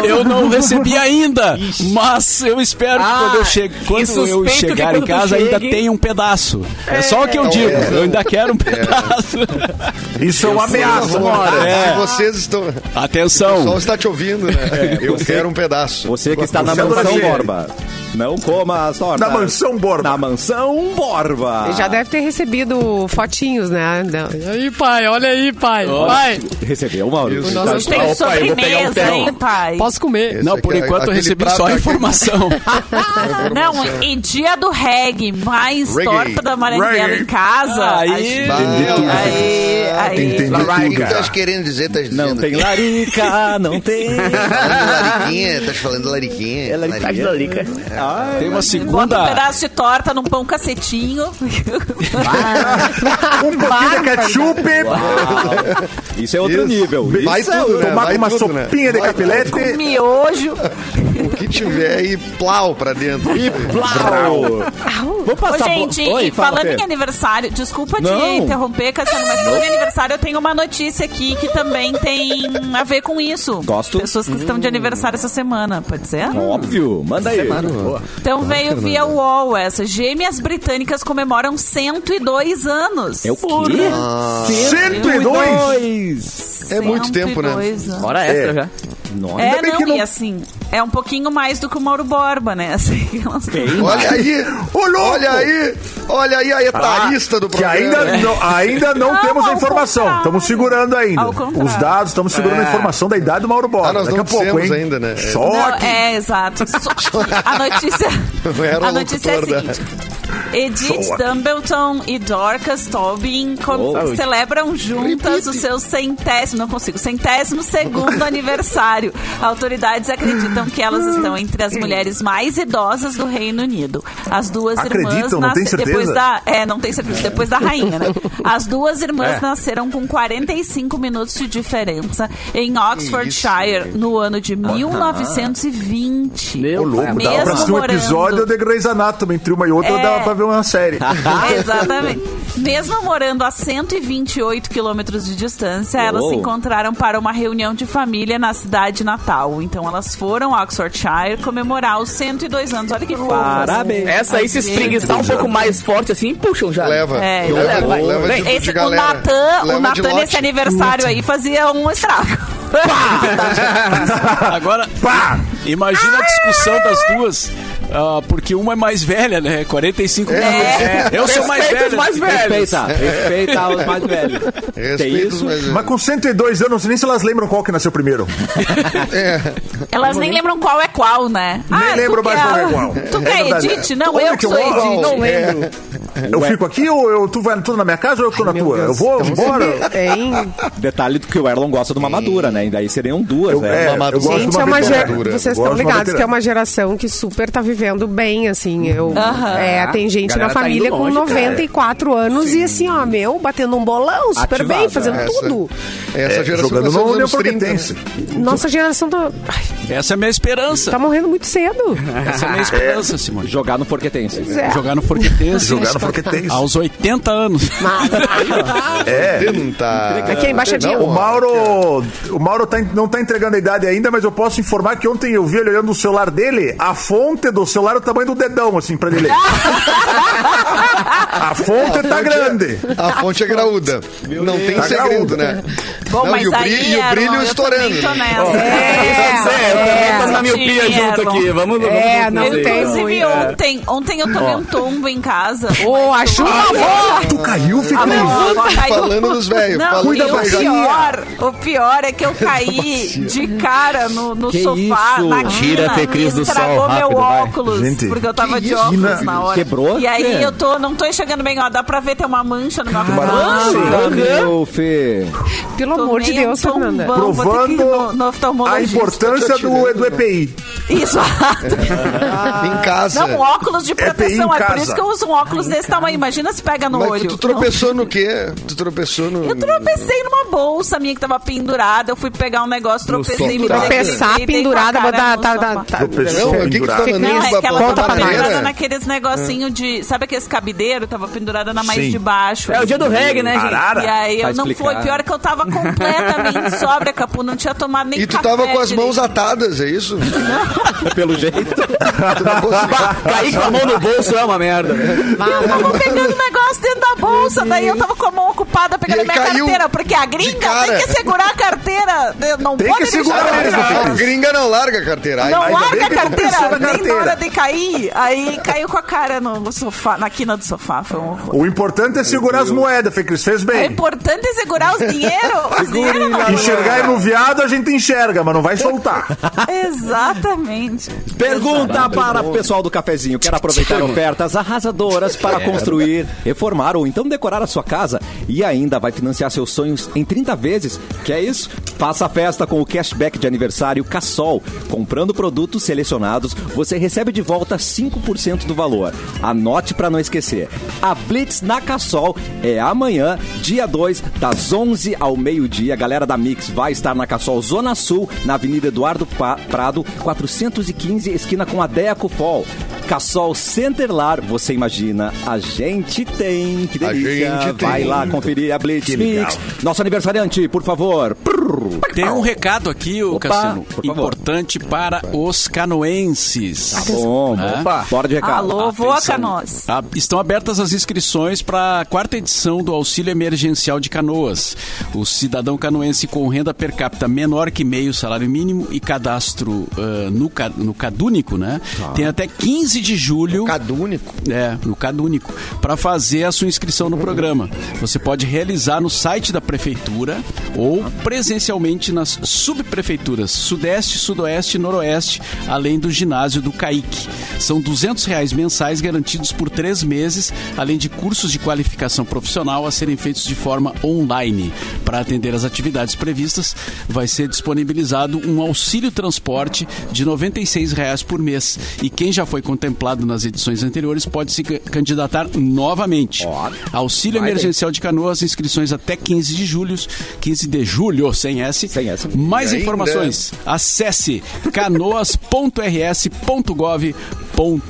Speaker 7: Eu não recebi ainda, mas eu espero que
Speaker 3: Ah,
Speaker 7: quando eu, che quando eu
Speaker 3: suspeito que
Speaker 7: chegar
Speaker 3: quando
Speaker 7: em
Speaker 3: tu
Speaker 7: casa
Speaker 3: chegue-
Speaker 7: ainda tem um pedaço. É, só o que eu digo,
Speaker 5: é.
Speaker 7: eu ainda quero um pedaço. *laughs*
Speaker 8: Isso é uma ameaça, Mora.
Speaker 5: Se Ah, vocês estão. O
Speaker 7: Atenção,
Speaker 5: pessoal está te ouvindo, né? Eu quero um pedaço.
Speaker 2: Você que está na
Speaker 8: Você é
Speaker 2: mansão
Speaker 8: brasileiro.
Speaker 2: Borba. Não coma a torta.
Speaker 8: Na mansão Borba.
Speaker 2: Na mansão Borba.
Speaker 6: Ele Já deve ter recebido fotinhos, né? Não.
Speaker 1: Aí, pai, olha aí, pai. Pai,
Speaker 2: Recebeu, Mauro.
Speaker 5: Isso.
Speaker 2: Tá-
Speaker 4: Hoje tem
Speaker 3: Opa, eu vou pegar um
Speaker 4: sobremesa,
Speaker 3: pão.
Speaker 4: hein, pai?
Speaker 1: posso comer.
Speaker 5: Esse
Speaker 7: Não,
Speaker 5: aqui
Speaker 7: por
Speaker 5: é
Speaker 7: enquanto eu
Speaker 5: aquele
Speaker 7: recebi
Speaker 5: prato
Speaker 7: só a
Speaker 5: aqui.
Speaker 7: informação.
Speaker 2: *laughs* é.
Speaker 4: Não, e dia do reggae, mais
Speaker 5: Reggae.
Speaker 4: torta da Maranguela
Speaker 8: Reggae.
Speaker 4: em casa.
Speaker 7: Aí,
Speaker 4: Acho-
Speaker 5: Entendi tudo.
Speaker 4: aí, aí.
Speaker 8: Entendi
Speaker 9: O que
Speaker 8: tudo.
Speaker 9: tu estás querendo dizer? Estás
Speaker 2: Não
Speaker 9: dizendo
Speaker 2: tem
Speaker 9: que-
Speaker 2: larica,
Speaker 4: *laughs*
Speaker 2: não tem.
Speaker 9: Falando lariquinha? Estás falando lariquinha?
Speaker 2: É larica. Ai,
Speaker 7: Tem uma
Speaker 4: Bota um
Speaker 7: segunda.
Speaker 4: pedaço de torta num pão
Speaker 2: *laughs*
Speaker 4: cacetinho.
Speaker 8: Um pouquinho de ketchup,
Speaker 2: Isso é outro
Speaker 5: Isso.
Speaker 2: nível. Isso
Speaker 5: Vai
Speaker 2: é
Speaker 5: tudo, né?
Speaker 8: tomar
Speaker 5: Vai
Speaker 8: com uma
Speaker 5: tudo, né?
Speaker 8: sopinha de
Speaker 5: Vai
Speaker 8: capilete.
Speaker 4: Miojo.
Speaker 5: O que tiver aí, plau pra dentro.
Speaker 2: Plau. Vou
Speaker 4: Ô,
Speaker 2: passar bo-
Speaker 4: gente,
Speaker 2: Oi,
Speaker 4: e
Speaker 2: fala,
Speaker 4: falando
Speaker 2: Fê.
Speaker 4: em aniversário, desculpa
Speaker 2: Não.
Speaker 4: te interromper, Cassiano, mas falando em aniversário, eu tenho uma notícia aqui que também tem a ver com isso.
Speaker 2: Gosto. Hum.
Speaker 4: Pessoas que estão de aniversário essa semana, pode ser?
Speaker 2: Óbvio, manda aí.
Speaker 4: Então veio via UOL essa. Gêmeas britânicas comemoram 102 anos.
Speaker 2: É o quê?
Speaker 8: 102?
Speaker 5: É muito tempo, né?
Speaker 4: 102 anos.
Speaker 3: Hora extra
Speaker 8: É.
Speaker 3: já.
Speaker 2: Nossa.
Speaker 4: É,
Speaker 8: bem
Speaker 4: não,
Speaker 8: que não-
Speaker 4: e assim, é um pouquinho mais do que o Mauro Borba, né? *laughs* Assim, elas-
Speaker 5: Olha aí!
Speaker 8: Ô, louco!
Speaker 5: Olha aí! Olha aí a etarista do
Speaker 8: Que
Speaker 5: programa.
Speaker 8: ainda não, ainda não,
Speaker 4: Não,
Speaker 8: temos a
Speaker 4: ao
Speaker 8: informação.
Speaker 4: contrário.
Speaker 8: Estamos segurando ainda.
Speaker 4: Ao contrário.
Speaker 8: Os dados, estamos segurando a informação da idade do Mauro Borba.
Speaker 5: É. Ah, nós
Speaker 8: Daqui
Speaker 5: não
Speaker 8: a pouco,
Speaker 5: dissemos
Speaker 8: hein?
Speaker 5: ainda, né?
Speaker 8: Só
Speaker 4: Não,
Speaker 8: que-
Speaker 4: é,
Speaker 8: *laughs*
Speaker 4: exato. Só que A notícia,
Speaker 5: Eu era
Speaker 4: a notícia é a
Speaker 5: locutor
Speaker 8: né?
Speaker 5: da-
Speaker 4: seguinte. Edith
Speaker 8: Sou aqui.
Speaker 4: Dumbleton e Dorcas Tobin com-
Speaker 2: Oh.
Speaker 4: celebram juntas o seu centésimo, não consigo, centésimo segundo aniversário. Autoridades acreditam que elas estão entre
Speaker 8: Hum.
Speaker 4: as mulheres mais idosas do Reino Unido. As duas irmãs
Speaker 8: Acreditam, não tem certeza?
Speaker 4: depois da, é, não tem certeza, depois da rainha, né? As duas irmãs
Speaker 8: É.
Speaker 4: nasceram com 45 minutos de diferença em Oxfordshire no ano de 1920.
Speaker 3: Meu
Speaker 8: Ah. Ô, louco,
Speaker 3: pai.
Speaker 8: dá pra
Speaker 4: Mesmo
Speaker 8: assistir um
Speaker 4: morando-
Speaker 8: episódio de Grey's Anatomy. Entre uma e outra,
Speaker 4: É.
Speaker 8: dá pra ver uma série.
Speaker 6: Ah.
Speaker 4: Ah, Exatamente. Mesmo morando a 128 quilômetros de distância, elas
Speaker 2: Uou.
Speaker 4: se encontraram para uma reunião de família na cidade natal. Então elas foram a Oxfordshire comemorar os 102 anos. Olha que fofas.
Speaker 2: Parabéns.
Speaker 3: Essa aí, se espreguiçar um pouco mais forte assim, puxam já.
Speaker 5: Leva.
Speaker 4: É,
Speaker 5: leva,
Speaker 4: leva,
Speaker 5: leva,
Speaker 3: vai.
Speaker 5: de-
Speaker 3: Bem,
Speaker 5: Tipo de
Speaker 4: Esse, o
Speaker 5: galera.
Speaker 4: Natan, o
Speaker 5: Leva de
Speaker 4: Natan
Speaker 5: lote.
Speaker 4: nesse aniversário aí fazia um estrago.
Speaker 7: Agora,
Speaker 8: Pá!
Speaker 7: imagina a discussão das duas. ah, porque uma é mais velha, né? 45 minutos. Eu sou mais
Speaker 3: É. Respeita
Speaker 7: velho.
Speaker 3: os mais velhos.
Speaker 2: Respeita, respeita os mais velhos. Tem
Speaker 5: Respeito,
Speaker 2: isso?
Speaker 5: mas...
Speaker 8: Mas com 102 anos, nem se elas lembram qual que nasceu primeiro.
Speaker 4: Elas nem lembram qual é qual, né? Nem
Speaker 8: lembro mais qual é qual.
Speaker 4: Tu
Speaker 8: É
Speaker 4: quer
Speaker 8: verdade.
Speaker 4: Edith? Não,
Speaker 8: Olha
Speaker 4: eu
Speaker 8: que
Speaker 4: que sou
Speaker 8: eu-
Speaker 6: Oh,
Speaker 4: Edith.
Speaker 8: Não
Speaker 6: é.
Speaker 5: lembro.
Speaker 8: Eu fico aqui ou eu, tu vai tu na minha casa ou eu tô na tua? eu vou embora.
Speaker 6: Hein?
Speaker 2: Detalhe do que o Erlon gosta de uma madura, né? E daí seriam duas,
Speaker 8: Eu-
Speaker 2: né?
Speaker 8: é,
Speaker 2: Uma-
Speaker 8: eu gosto de
Speaker 6: Gente,
Speaker 8: uma
Speaker 6: é uma
Speaker 8: veterana.
Speaker 6: gera-
Speaker 8: Eu
Speaker 6: vocês
Speaker 8: gosto
Speaker 6: estão
Speaker 8: de uma
Speaker 6: ligados que é
Speaker 8: veterana.
Speaker 6: uma geração que super tá vivendo bem, assim. Eu,
Speaker 4: Aham.
Speaker 6: é, tem gente
Speaker 3: Galera
Speaker 6: na
Speaker 3: tá
Speaker 6: família
Speaker 3: indo
Speaker 6: com
Speaker 3: longe, cara.
Speaker 6: 94 anos e assim, ó, meu, batendo um bolão, super
Speaker 2: Ativada.
Speaker 6: bem,
Speaker 4: é
Speaker 8: é,
Speaker 6: fazendo
Speaker 5: Essa-
Speaker 6: tudo.
Speaker 5: Essa geração nasceu
Speaker 8: Jogando no
Speaker 5: nos anos
Speaker 8: Neoproquetense.
Speaker 5: 30.
Speaker 6: Nossa geração tá, ai,
Speaker 7: Essa é a minha esperança.
Speaker 6: tá morrendo muito
Speaker 8: *laughs*
Speaker 6: cedo.
Speaker 7: Essa é a minha esperança, Simone.
Speaker 2: Jogar no Forquetense.
Speaker 6: É.
Speaker 7: Jogar no Forquetense.
Speaker 8: Jogar no Forquetense.
Speaker 7: Aos 80 anos.
Speaker 8: É.
Speaker 5: Tenta.
Speaker 6: Aqui embaixo é
Speaker 5: Não,
Speaker 6: Diego.
Speaker 8: O
Speaker 5: ó,
Speaker 8: Mauro, o Mauro tá, en- não tá entregando a idade ainda, mas eu posso informar que ontem eu vi ele olhando o celular dele, a fonte do celular é o tamanho do dedão, assim, pra
Speaker 6: *laughs*
Speaker 8: ele ler. a fonte tá grande.
Speaker 5: A fonte é graúda. Não tem
Speaker 8: Tá
Speaker 5: segredo,
Speaker 8: graúda.
Speaker 5: né?
Speaker 4: Bom,
Speaker 5: Não,
Speaker 4: mas
Speaker 5: e o
Speaker 4: aí,
Speaker 5: brilho- e o
Speaker 4: Erlon,
Speaker 5: brilho
Speaker 4: eu também
Speaker 5: estourando.
Speaker 4: tô nessa.
Speaker 2: tá
Speaker 3: É, eu também tô na miopia
Speaker 4: Sim,
Speaker 3: junto
Speaker 4: Erlon.
Speaker 3: aqui. Vamos, então. vamos
Speaker 6: É,
Speaker 3: juntos
Speaker 6: não
Speaker 3: aí.
Speaker 6: tem
Speaker 4: Inclusive,
Speaker 6: muito.
Speaker 4: ontem, ontem eu tomei um tombo em casa.
Speaker 3: Ô,
Speaker 6: boa, chuva boa.
Speaker 8: Tu caiu, fica
Speaker 4: Não,
Speaker 8: aí.
Speaker 4: Ah, eu caí-
Speaker 5: tá Falando dos velhos.
Speaker 4: Não,
Speaker 5: falando
Speaker 4: e
Speaker 5: dos
Speaker 4: o
Speaker 5: velhos.
Speaker 4: pior, o pior é que
Speaker 8: *laughs*
Speaker 4: eu caí de cara no, no
Speaker 3: Que
Speaker 4: sofá,
Speaker 3: isso?
Speaker 4: na
Speaker 3: Tira a
Speaker 4: quina,
Speaker 3: Fecris
Speaker 4: e
Speaker 3: do sol,
Speaker 4: estragou meu
Speaker 3: rápido, vai.
Speaker 4: óculos,
Speaker 8: Gente,
Speaker 4: porque eu tava
Speaker 5: que
Speaker 4: de
Speaker 5: isso,
Speaker 4: óculos
Speaker 5: né?
Speaker 4: na hora.
Speaker 2: Quebrou?
Speaker 4: E aí
Speaker 2: É.
Speaker 4: eu tô, não tô enxergando bem, ó, dá pra ver, tem uma mancha no meu óculos. um
Speaker 2: Puta, meu, Fê.
Speaker 6: Pelo amor de Deus, Fernanda.
Speaker 8: Provando a
Speaker 4: importância.
Speaker 8: importância do, é do EPI.
Speaker 4: Isso,
Speaker 8: *laughs*
Speaker 5: Em casa.
Speaker 4: não, um óculos de
Speaker 8: É bem em
Speaker 4: proteção. É, por
Speaker 8: casa.
Speaker 4: isso que eu uso um óculos desse tamanho. Imagina se pega no
Speaker 5: Mas
Speaker 4: olho.
Speaker 5: tu tropeçou no quê? Tu tropeçou no...
Speaker 4: Eu tropecei numa bolsa minha que tava pendurada. Eu fui pegar um negócio, tropecei
Speaker 6: Tá.
Speaker 4: me
Speaker 8: Tá.
Speaker 5: sofá.
Speaker 4: peguei,
Speaker 6: Tropeçar
Speaker 4: dei com a
Speaker 6: pendurada,
Speaker 4: cara
Speaker 6: botar.
Speaker 4: no
Speaker 6: Tá,
Speaker 4: sofá.
Speaker 6: tá, tá.
Speaker 5: Não, o que que tu
Speaker 6: Pendurada.
Speaker 5: tava andando
Speaker 4: Não, é que ela
Speaker 5: com a
Speaker 6: Conta
Speaker 4: tava
Speaker 6: pra nós.
Speaker 4: pendurada
Speaker 5: bananeira?
Speaker 4: naqueles negocinho de. Sabe aqueles cabideiros? Tava pendurada na mais
Speaker 8: Sim.
Speaker 4: de baixo.
Speaker 3: É o dia do reggae, né, gente?
Speaker 8: Arara.
Speaker 4: E aí eu
Speaker 2: Vai
Speaker 4: não
Speaker 2: explicar.
Speaker 4: fui. Pior é que eu tava completamente sobra, Capu. Não tinha tomado nem
Speaker 5: E tu
Speaker 4: café
Speaker 5: tava com as
Speaker 4: direito.
Speaker 5: mãos atadas, é isso?
Speaker 2: É Pelo jeito.
Speaker 5: Tu não
Speaker 4: *laughs*
Speaker 5: conseguiu.
Speaker 3: Cair com a mão no bolso é uma merda.
Speaker 4: Eu tava pegando um negócio dentro da bolsa, daí eu tava com a mão ocupada pegando a
Speaker 5: E aí
Speaker 4: minha
Speaker 5: caiu
Speaker 4: carteira, porque a gringa
Speaker 5: cara.
Speaker 4: tem que segurar a carteira. Não
Speaker 8: Tem
Speaker 4: pode
Speaker 8: que
Speaker 4: deixar
Speaker 8: segurar
Speaker 4: a
Speaker 8: mesmo,
Speaker 4: carteira.
Speaker 8: tem
Speaker 5: A gringa não larga a carteira. Ai,
Speaker 4: Não
Speaker 5: ai,
Speaker 8: ainda bem
Speaker 4: larga a
Speaker 8: que não
Speaker 4: carteira,
Speaker 8: precisa da
Speaker 4: nem na
Speaker 8: carteira.
Speaker 4: hora de cair. Aí caiu com a cara no sofá, na quina do sofá, foi um horror.
Speaker 8: O importante é segurar as moedas, Fê Cris. Fez
Speaker 4: É
Speaker 8: bem.
Speaker 4: importante é segurar os dinheiro, os dinheiro não.
Speaker 8: Enxergar enoviado a gente enxerga, mas não vai soltar.
Speaker 4: Exatamente.
Speaker 2: Pergunta para o pessoal do cafezinho. Quero aproveitar ofertas arrasadoras para construir, reformar ou então decorar a sua casa e ainda vai financiar seus sonhos em 30 vezes. Que é isso? Faça a festa com o cashback de aniversário Cassol. Comprando produtos selecionados, você recebe de volta 5% do valor. Anote para não esquecer. A Blitz na Cassol é amanhã, dia 2, das 11 ao meio-dia. A galera da Mix vai estar na Cassol Zona Sul, na Avenida Eduardo Pa- Prado, 415, esquina com a Deco Fall. Cassol Center Lar, você imagina, a gente tem. Que
Speaker 5: A
Speaker 2: delícia.
Speaker 5: gente tem.
Speaker 2: Vai lá conferir a Blitz
Speaker 8: Que legal.
Speaker 2: Mix. Nosso aniversariante, por favor. Prrr.
Speaker 7: Tem um recado aqui, ô
Speaker 2: Opa,
Speaker 7: Cassino,
Speaker 2: por favor.
Speaker 7: importante para os canoenses.
Speaker 2: Bom,
Speaker 7: Né?
Speaker 2: bora de recado.
Speaker 4: Alô, voa
Speaker 7: Atenção.
Speaker 4: Canoas.
Speaker 7: Ah, Estão abertas as inscrições para a quarta edição do Auxílio Emergencial de Canoas. O cidadão canoense com renda per capita menor que meio salário mínimo e cadastro ah, no, ca- no Cadúnico, né? Tem até 15 de julho.
Speaker 9: Cadúnico.
Speaker 7: É, no Cadúnico, para fazer a sua inscrição no programa. Você pode realizar no site da prefeitura ou presencialmente nas subprefeituras Sudeste, Sudoeste e Noroeste, além do ginásio do Caique. São R$ 200 reais mensais garantidos por três meses, além de cursos de qualificação profissional a serem feitos de forma online. Para atender as atividades previstas, vai ser disponibilizado um auxílio transporte de R$ 96 reais por mês. E quem já foi contemplado nas edições anteriores pode se ca- candidatar novamente. Auxílio emergencial de Canoas, inscrições até 15 de julho, 15 de julho, sem S.
Speaker 2: Sem S.
Speaker 7: Mais
Speaker 5: E ainda-
Speaker 7: informações, acesse canoas.rs.gov.br.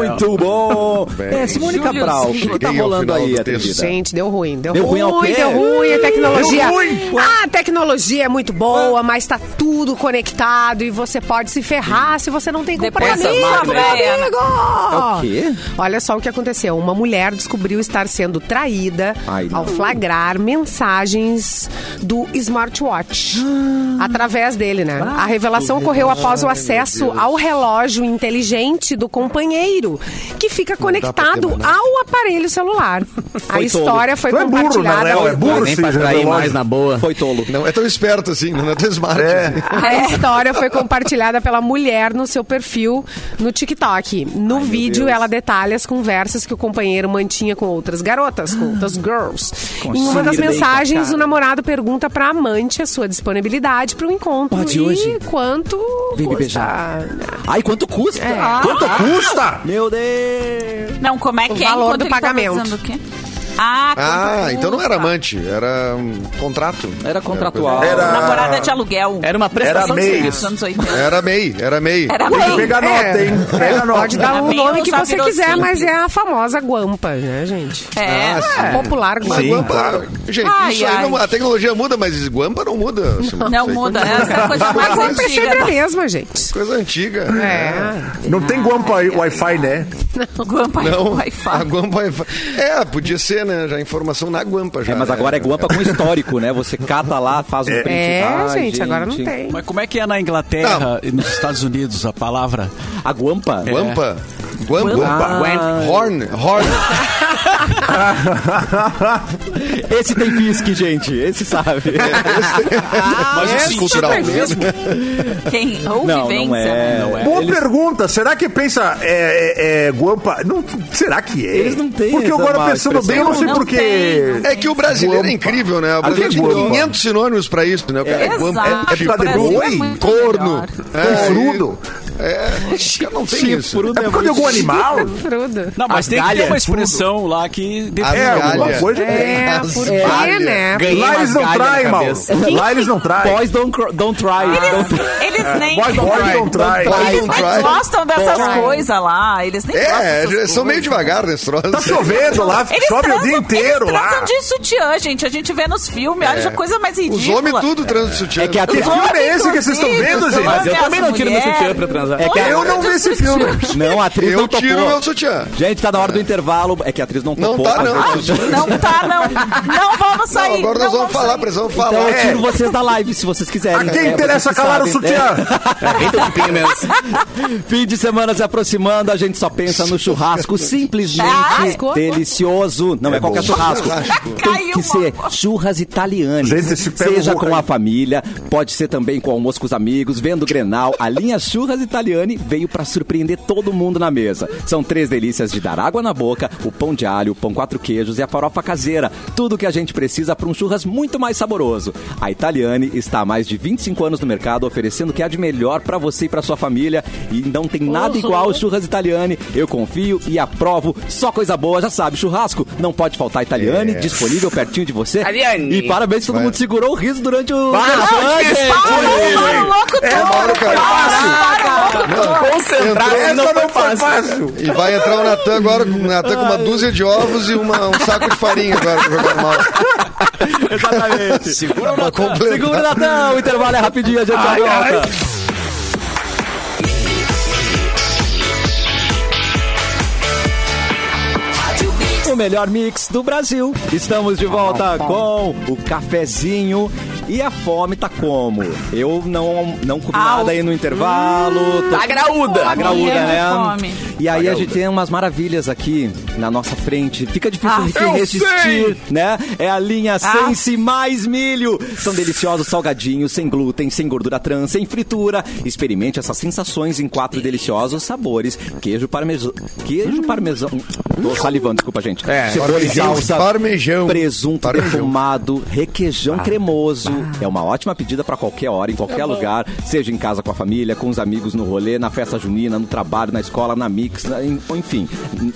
Speaker 2: Muito bom! É, Simone
Speaker 4: Júlio,
Speaker 2: Cabral, o que que tá
Speaker 5: cheguei ao
Speaker 2: rolando
Speaker 5: final
Speaker 2: aí,
Speaker 5: do
Speaker 2: atendida?
Speaker 5: texto.
Speaker 6: Gente, deu ruim. Deu,
Speaker 2: Deu ruim ao quê?
Speaker 6: deu ruim. A tecnologia.
Speaker 8: Deu ruim.
Speaker 6: Ah, a tecnologia é muito
Speaker 2: Ah.
Speaker 6: boa, mas tá tudo conectado e você pode se ferrar se você não tem
Speaker 4: Depois
Speaker 6: compromisso,
Speaker 4: essas
Speaker 6: meu
Speaker 4: máquinas, né?
Speaker 6: amigo!
Speaker 2: É o quê?
Speaker 6: Olha só o que aconteceu. Uma mulher descobriu estar sendo traída
Speaker 2: Ai, não.
Speaker 6: ao flagrar mensagens do smartwatch.
Speaker 2: Ah.
Speaker 6: Através dele, né? A revelação ocorreu após o acesso ao relógio inteligente do companheiro, que fica conectado ao aparelho
Speaker 2: *laughs*
Speaker 6: celular. A
Speaker 2: Foi tolo.
Speaker 6: história foi
Speaker 8: Tu é burro, né,
Speaker 6: compartilhada.
Speaker 8: Léo? É burro,
Speaker 3: Nem pra
Speaker 8: Cícero,
Speaker 3: trair
Speaker 8: relógio.
Speaker 6: né?
Speaker 3: mais na boa.
Speaker 2: Foi tolo.
Speaker 5: Não é tão esperto assim, não é tão smart. assim.
Speaker 6: A história foi compartilhada pela mulher no seu perfil no TikTok. No vídeo,
Speaker 2: Deus.
Speaker 6: ela detalha as conversas que o companheiro mantinha com outras garotas, com outras girls. em uma das
Speaker 2: bem com a
Speaker 6: mensagens,
Speaker 2: cara.
Speaker 6: o namorado pergunta pra amante a sua disponibilidade para o encontro.
Speaker 2: Pode
Speaker 6: e
Speaker 2: hoje?
Speaker 6: quanto
Speaker 2: Vem me
Speaker 6: custa.
Speaker 2: beijar. Ai, quanto custa?
Speaker 6: É.
Speaker 2: Ah,
Speaker 8: Quanto custa?
Speaker 2: Meu Deus!
Speaker 4: Não, como é que é?
Speaker 6: valor
Speaker 4: Enquanto
Speaker 6: do
Speaker 4: ele tá
Speaker 6: pagamento.
Speaker 4: fazendo o quê? Ah, quanto
Speaker 5: Ah, então não era
Speaker 4: custa?
Speaker 5: amante, era um contrato.
Speaker 2: Era contratual.
Speaker 5: é.
Speaker 8: Era-
Speaker 4: Namorada de aluguel.
Speaker 3: Era uma prestação
Speaker 4: Sei
Speaker 8: Era meio.
Speaker 4: lá,
Speaker 8: mês.
Speaker 4: dos anos 80.
Speaker 5: Era MEI, era MEI.
Speaker 4: Era
Speaker 8: Tem que
Speaker 4: bem.
Speaker 8: pegar
Speaker 4: É.
Speaker 8: nota, hein? Pega nota.
Speaker 6: Pode dar o
Speaker 4: Também
Speaker 6: nome
Speaker 4: eu
Speaker 6: que
Speaker 4: já
Speaker 6: você
Speaker 4: virou
Speaker 6: quiser,
Speaker 4: simples.
Speaker 6: mas é a famosa guampa, né, gente?
Speaker 4: É.
Speaker 6: Popular guampa.
Speaker 5: Mas Guampa, gente,
Speaker 4: Ai,
Speaker 5: isso
Speaker 4: ai.
Speaker 5: aí não, a tecnologia muda, mas Guampa não muda. assim,
Speaker 4: Não
Speaker 5: sei
Speaker 4: muda,
Speaker 5: como-
Speaker 4: essa é a coisa mais
Speaker 6: Guampa é
Speaker 4: antiga.
Speaker 6: sempre a
Speaker 4: da-
Speaker 6: mesma, gente.
Speaker 5: Coisa antiga.
Speaker 6: É.
Speaker 8: Não tem guampa aí, Wi-Fi, né?
Speaker 4: Guampa
Speaker 5: Não, Ah,
Speaker 4: Wi-Fi.
Speaker 5: a Guampa Wi-Fi. É, podia ser, né? Já informação na Guampa já.
Speaker 2: É, mas agora é guampa com histórico, né? Você cata lá, faz um print.
Speaker 6: É,
Speaker 2: Ai,
Speaker 6: gente, agora não tem.
Speaker 7: Mas como é que é na Inglaterra e nos Estados Unidos a palavra
Speaker 2: A guampa?
Speaker 5: Guampa?
Speaker 2: É.
Speaker 5: Guampa.
Speaker 3: Ah. Guampa.
Speaker 5: Horn. Horn.
Speaker 2: Esse tem pisque, gente. Esse sabe.
Speaker 7: Mas assim, o
Speaker 5: Esse
Speaker 7: sentido
Speaker 5: também.
Speaker 4: é
Speaker 2: *laughs*
Speaker 4: Quem ouve
Speaker 2: Não, não
Speaker 4: vence,
Speaker 2: é.
Speaker 4: né?
Speaker 2: Não é.
Speaker 8: Boa pergunta. Será que pensa é, é, é, Guampa? Não, será que é?
Speaker 2: Eles não têm
Speaker 8: Porque
Speaker 2: essa
Speaker 8: agora
Speaker 2: má
Speaker 8: pensando bem, eu não
Speaker 4: expressão.
Speaker 8: sei
Speaker 4: Não
Speaker 8: porquê.
Speaker 5: É que o brasileiro
Speaker 8: Guampa.
Speaker 5: é incrível, né? O
Speaker 8: Aqui é
Speaker 5: brasileiro tem
Speaker 8: Guampa.
Speaker 5: 500 sinônimos pra isso, né? O cara é guampa,
Speaker 4: Exato.
Speaker 5: é
Speaker 8: pra
Speaker 5: chifrudo,
Speaker 8: depois?
Speaker 4: Brasil muito
Speaker 5: corno.
Speaker 4: melhor.
Speaker 5: É,
Speaker 8: Chifrudo.
Speaker 5: É, os caras não tem isso.
Speaker 8: É por causa de algum *laughs* animal?
Speaker 6: Frudo.
Speaker 7: Não, mas tem que ter uma expressão lá que define.
Speaker 8: É, alguma
Speaker 5: Galha.
Speaker 8: coisa.
Speaker 6: É,
Speaker 9: As
Speaker 6: por
Speaker 9: galhas.
Speaker 6: quê, né?
Speaker 8: Lá eles não traem, mal. Lá eles não traem.
Speaker 2: Boys don't, cr- don't try. Don't try.
Speaker 4: Eles nem,
Speaker 8: Boys don't try. Don't try.
Speaker 4: eles nem
Speaker 5: Right.
Speaker 4: gostam dessas coisas lá. Eles nem gostam
Speaker 5: É,
Speaker 4: dessas
Speaker 5: são meio
Speaker 4: coisas.
Speaker 5: devagar nesse troço.
Speaker 8: Tá chovendo lá,
Speaker 4: Eles
Speaker 8: chove o
Speaker 4: transam,
Speaker 8: dia inteiro
Speaker 4: eles
Speaker 8: lá. É.
Speaker 4: transam de sutiã, gente. A gente vê nos filmes, olha a coisa mais
Speaker 5: *laughs* Os
Speaker 4: ridícula.
Speaker 5: homens tudo trans sutiã.
Speaker 2: É que
Speaker 8: Que
Speaker 2: até
Speaker 8: filme é esse que
Speaker 4: inclusive,
Speaker 8: vocês estão vendo,
Speaker 4: os homens,
Speaker 8: gente?
Speaker 3: Mas eu
Speaker 4: as
Speaker 3: também não tiro meu
Speaker 4: mulheres.
Speaker 3: sutiã pra transar.
Speaker 2: É que
Speaker 4: Olha
Speaker 8: eu não
Speaker 4: de
Speaker 8: vi esse
Speaker 4: sutiã.
Speaker 8: filme.
Speaker 6: *laughs*
Speaker 2: Não, a atriz
Speaker 5: Eu
Speaker 2: não topou.
Speaker 5: tiro meu sutiã.
Speaker 2: Gente, tá na hora do intervalo. É que a atriz não
Speaker 5: Não
Speaker 2: topou. Ah,
Speaker 5: tá, não.
Speaker 2: mas-
Speaker 4: Não tá, não. Não vamos sair.
Speaker 5: Não, agora
Speaker 4: Tá não
Speaker 5: nós vamos falar,
Speaker 4: sair.
Speaker 5: precisamos
Speaker 2: Então eu
Speaker 5: falar. É,
Speaker 2: tiro vocês da live, se vocês
Speaker 8: A
Speaker 2: quiserem.
Speaker 8: quem
Speaker 2: É,
Speaker 8: interessa
Speaker 2: vocês que
Speaker 8: calar o
Speaker 2: sabem,
Speaker 8: sutiã?
Speaker 2: né? Fim de semana se aproximando, a gente só pensa no churrasco simplesmente
Speaker 4: Churrasco?
Speaker 2: delicioso. Não é, qualquer churrasco. Tem
Speaker 4: Caiu
Speaker 2: que ser
Speaker 4: uma-
Speaker 2: churras italianas.
Speaker 8: Gente, esse pé
Speaker 2: Seja
Speaker 8: no
Speaker 2: com
Speaker 8: boca.
Speaker 2: a família, pode ser também com o almoço com os amigos, vendo o Grenal. A linha Churras Italiane veio para surpreender todo mundo na mesa. São três delícias de dar água na boca, o pão de alho, o pão quatro queijos e a farofa caseira. Tudo o que a gente precisa para um churras muito mais saboroso. A Italiane está há mais de 25 anos no mercado, oferecendo o que há de melhor para você e para sua família. E não tem nada igual o Churras Italiane. Eu confio e aprovo. Só coisa boa, já sabe, churrasco não pode faltar Italiane, disponível pertinho de você.
Speaker 3: Italiane.
Speaker 2: E parabéns, todo mundo segurou o riso durante o.
Speaker 4: Vamos
Speaker 8: É,
Speaker 4: lá, o louco
Speaker 5: Mauro Carvalho.
Speaker 3: Concentrar
Speaker 5: Entrou-
Speaker 3: se não foi fácil.
Speaker 8: fácil.
Speaker 5: E vai entrar o Natan agora, com- o Natan com uma dúzia de ovos e uma- um saco de farinha agora pra jogar mal.
Speaker 2: Exatamente. Segura o
Speaker 5: Pra
Speaker 2: Natan.
Speaker 5: completar.
Speaker 2: Segura o Natan. O intervalo é rapidinho, a gente já volta. O melhor mix do Brasil. Estamos de volta com o cafezinho. E a fome tá como? Eu não, não comi
Speaker 4: Au.
Speaker 2: nada aí no intervalo. Tô
Speaker 3: Tá graúda.
Speaker 2: Tá graúda,
Speaker 4: Mulher,
Speaker 2: né?
Speaker 4: fome.
Speaker 2: E aí a gente tem umas maravilhas aqui na nossa frente. Fica difícil
Speaker 4: Ah,
Speaker 2: de
Speaker 3: eu
Speaker 2: resistir, né? É a linha
Speaker 4: Ah.
Speaker 2: Sense mais milho. São deliciosos salgadinhos, sem glúten, sem gordura trans, sem fritura. Experimente essas sensações em quatro deliciosos sabores. Queijo parmesão... Queijo parmesão... Tô salivando, desculpa, gente. É, Cebola e
Speaker 5: parmesão,
Speaker 2: salsa.
Speaker 5: parmejão.
Speaker 2: Presunto
Speaker 5: Parmejão.
Speaker 2: defumado, requeijão
Speaker 5: Ah.
Speaker 2: cremoso. É uma ótima pedida pra qualquer hora, em qualquer lugar. Seja em casa com a família, com os amigos no rolê, na festa junina, no trabalho, na escola, na mix, na- em- enfim.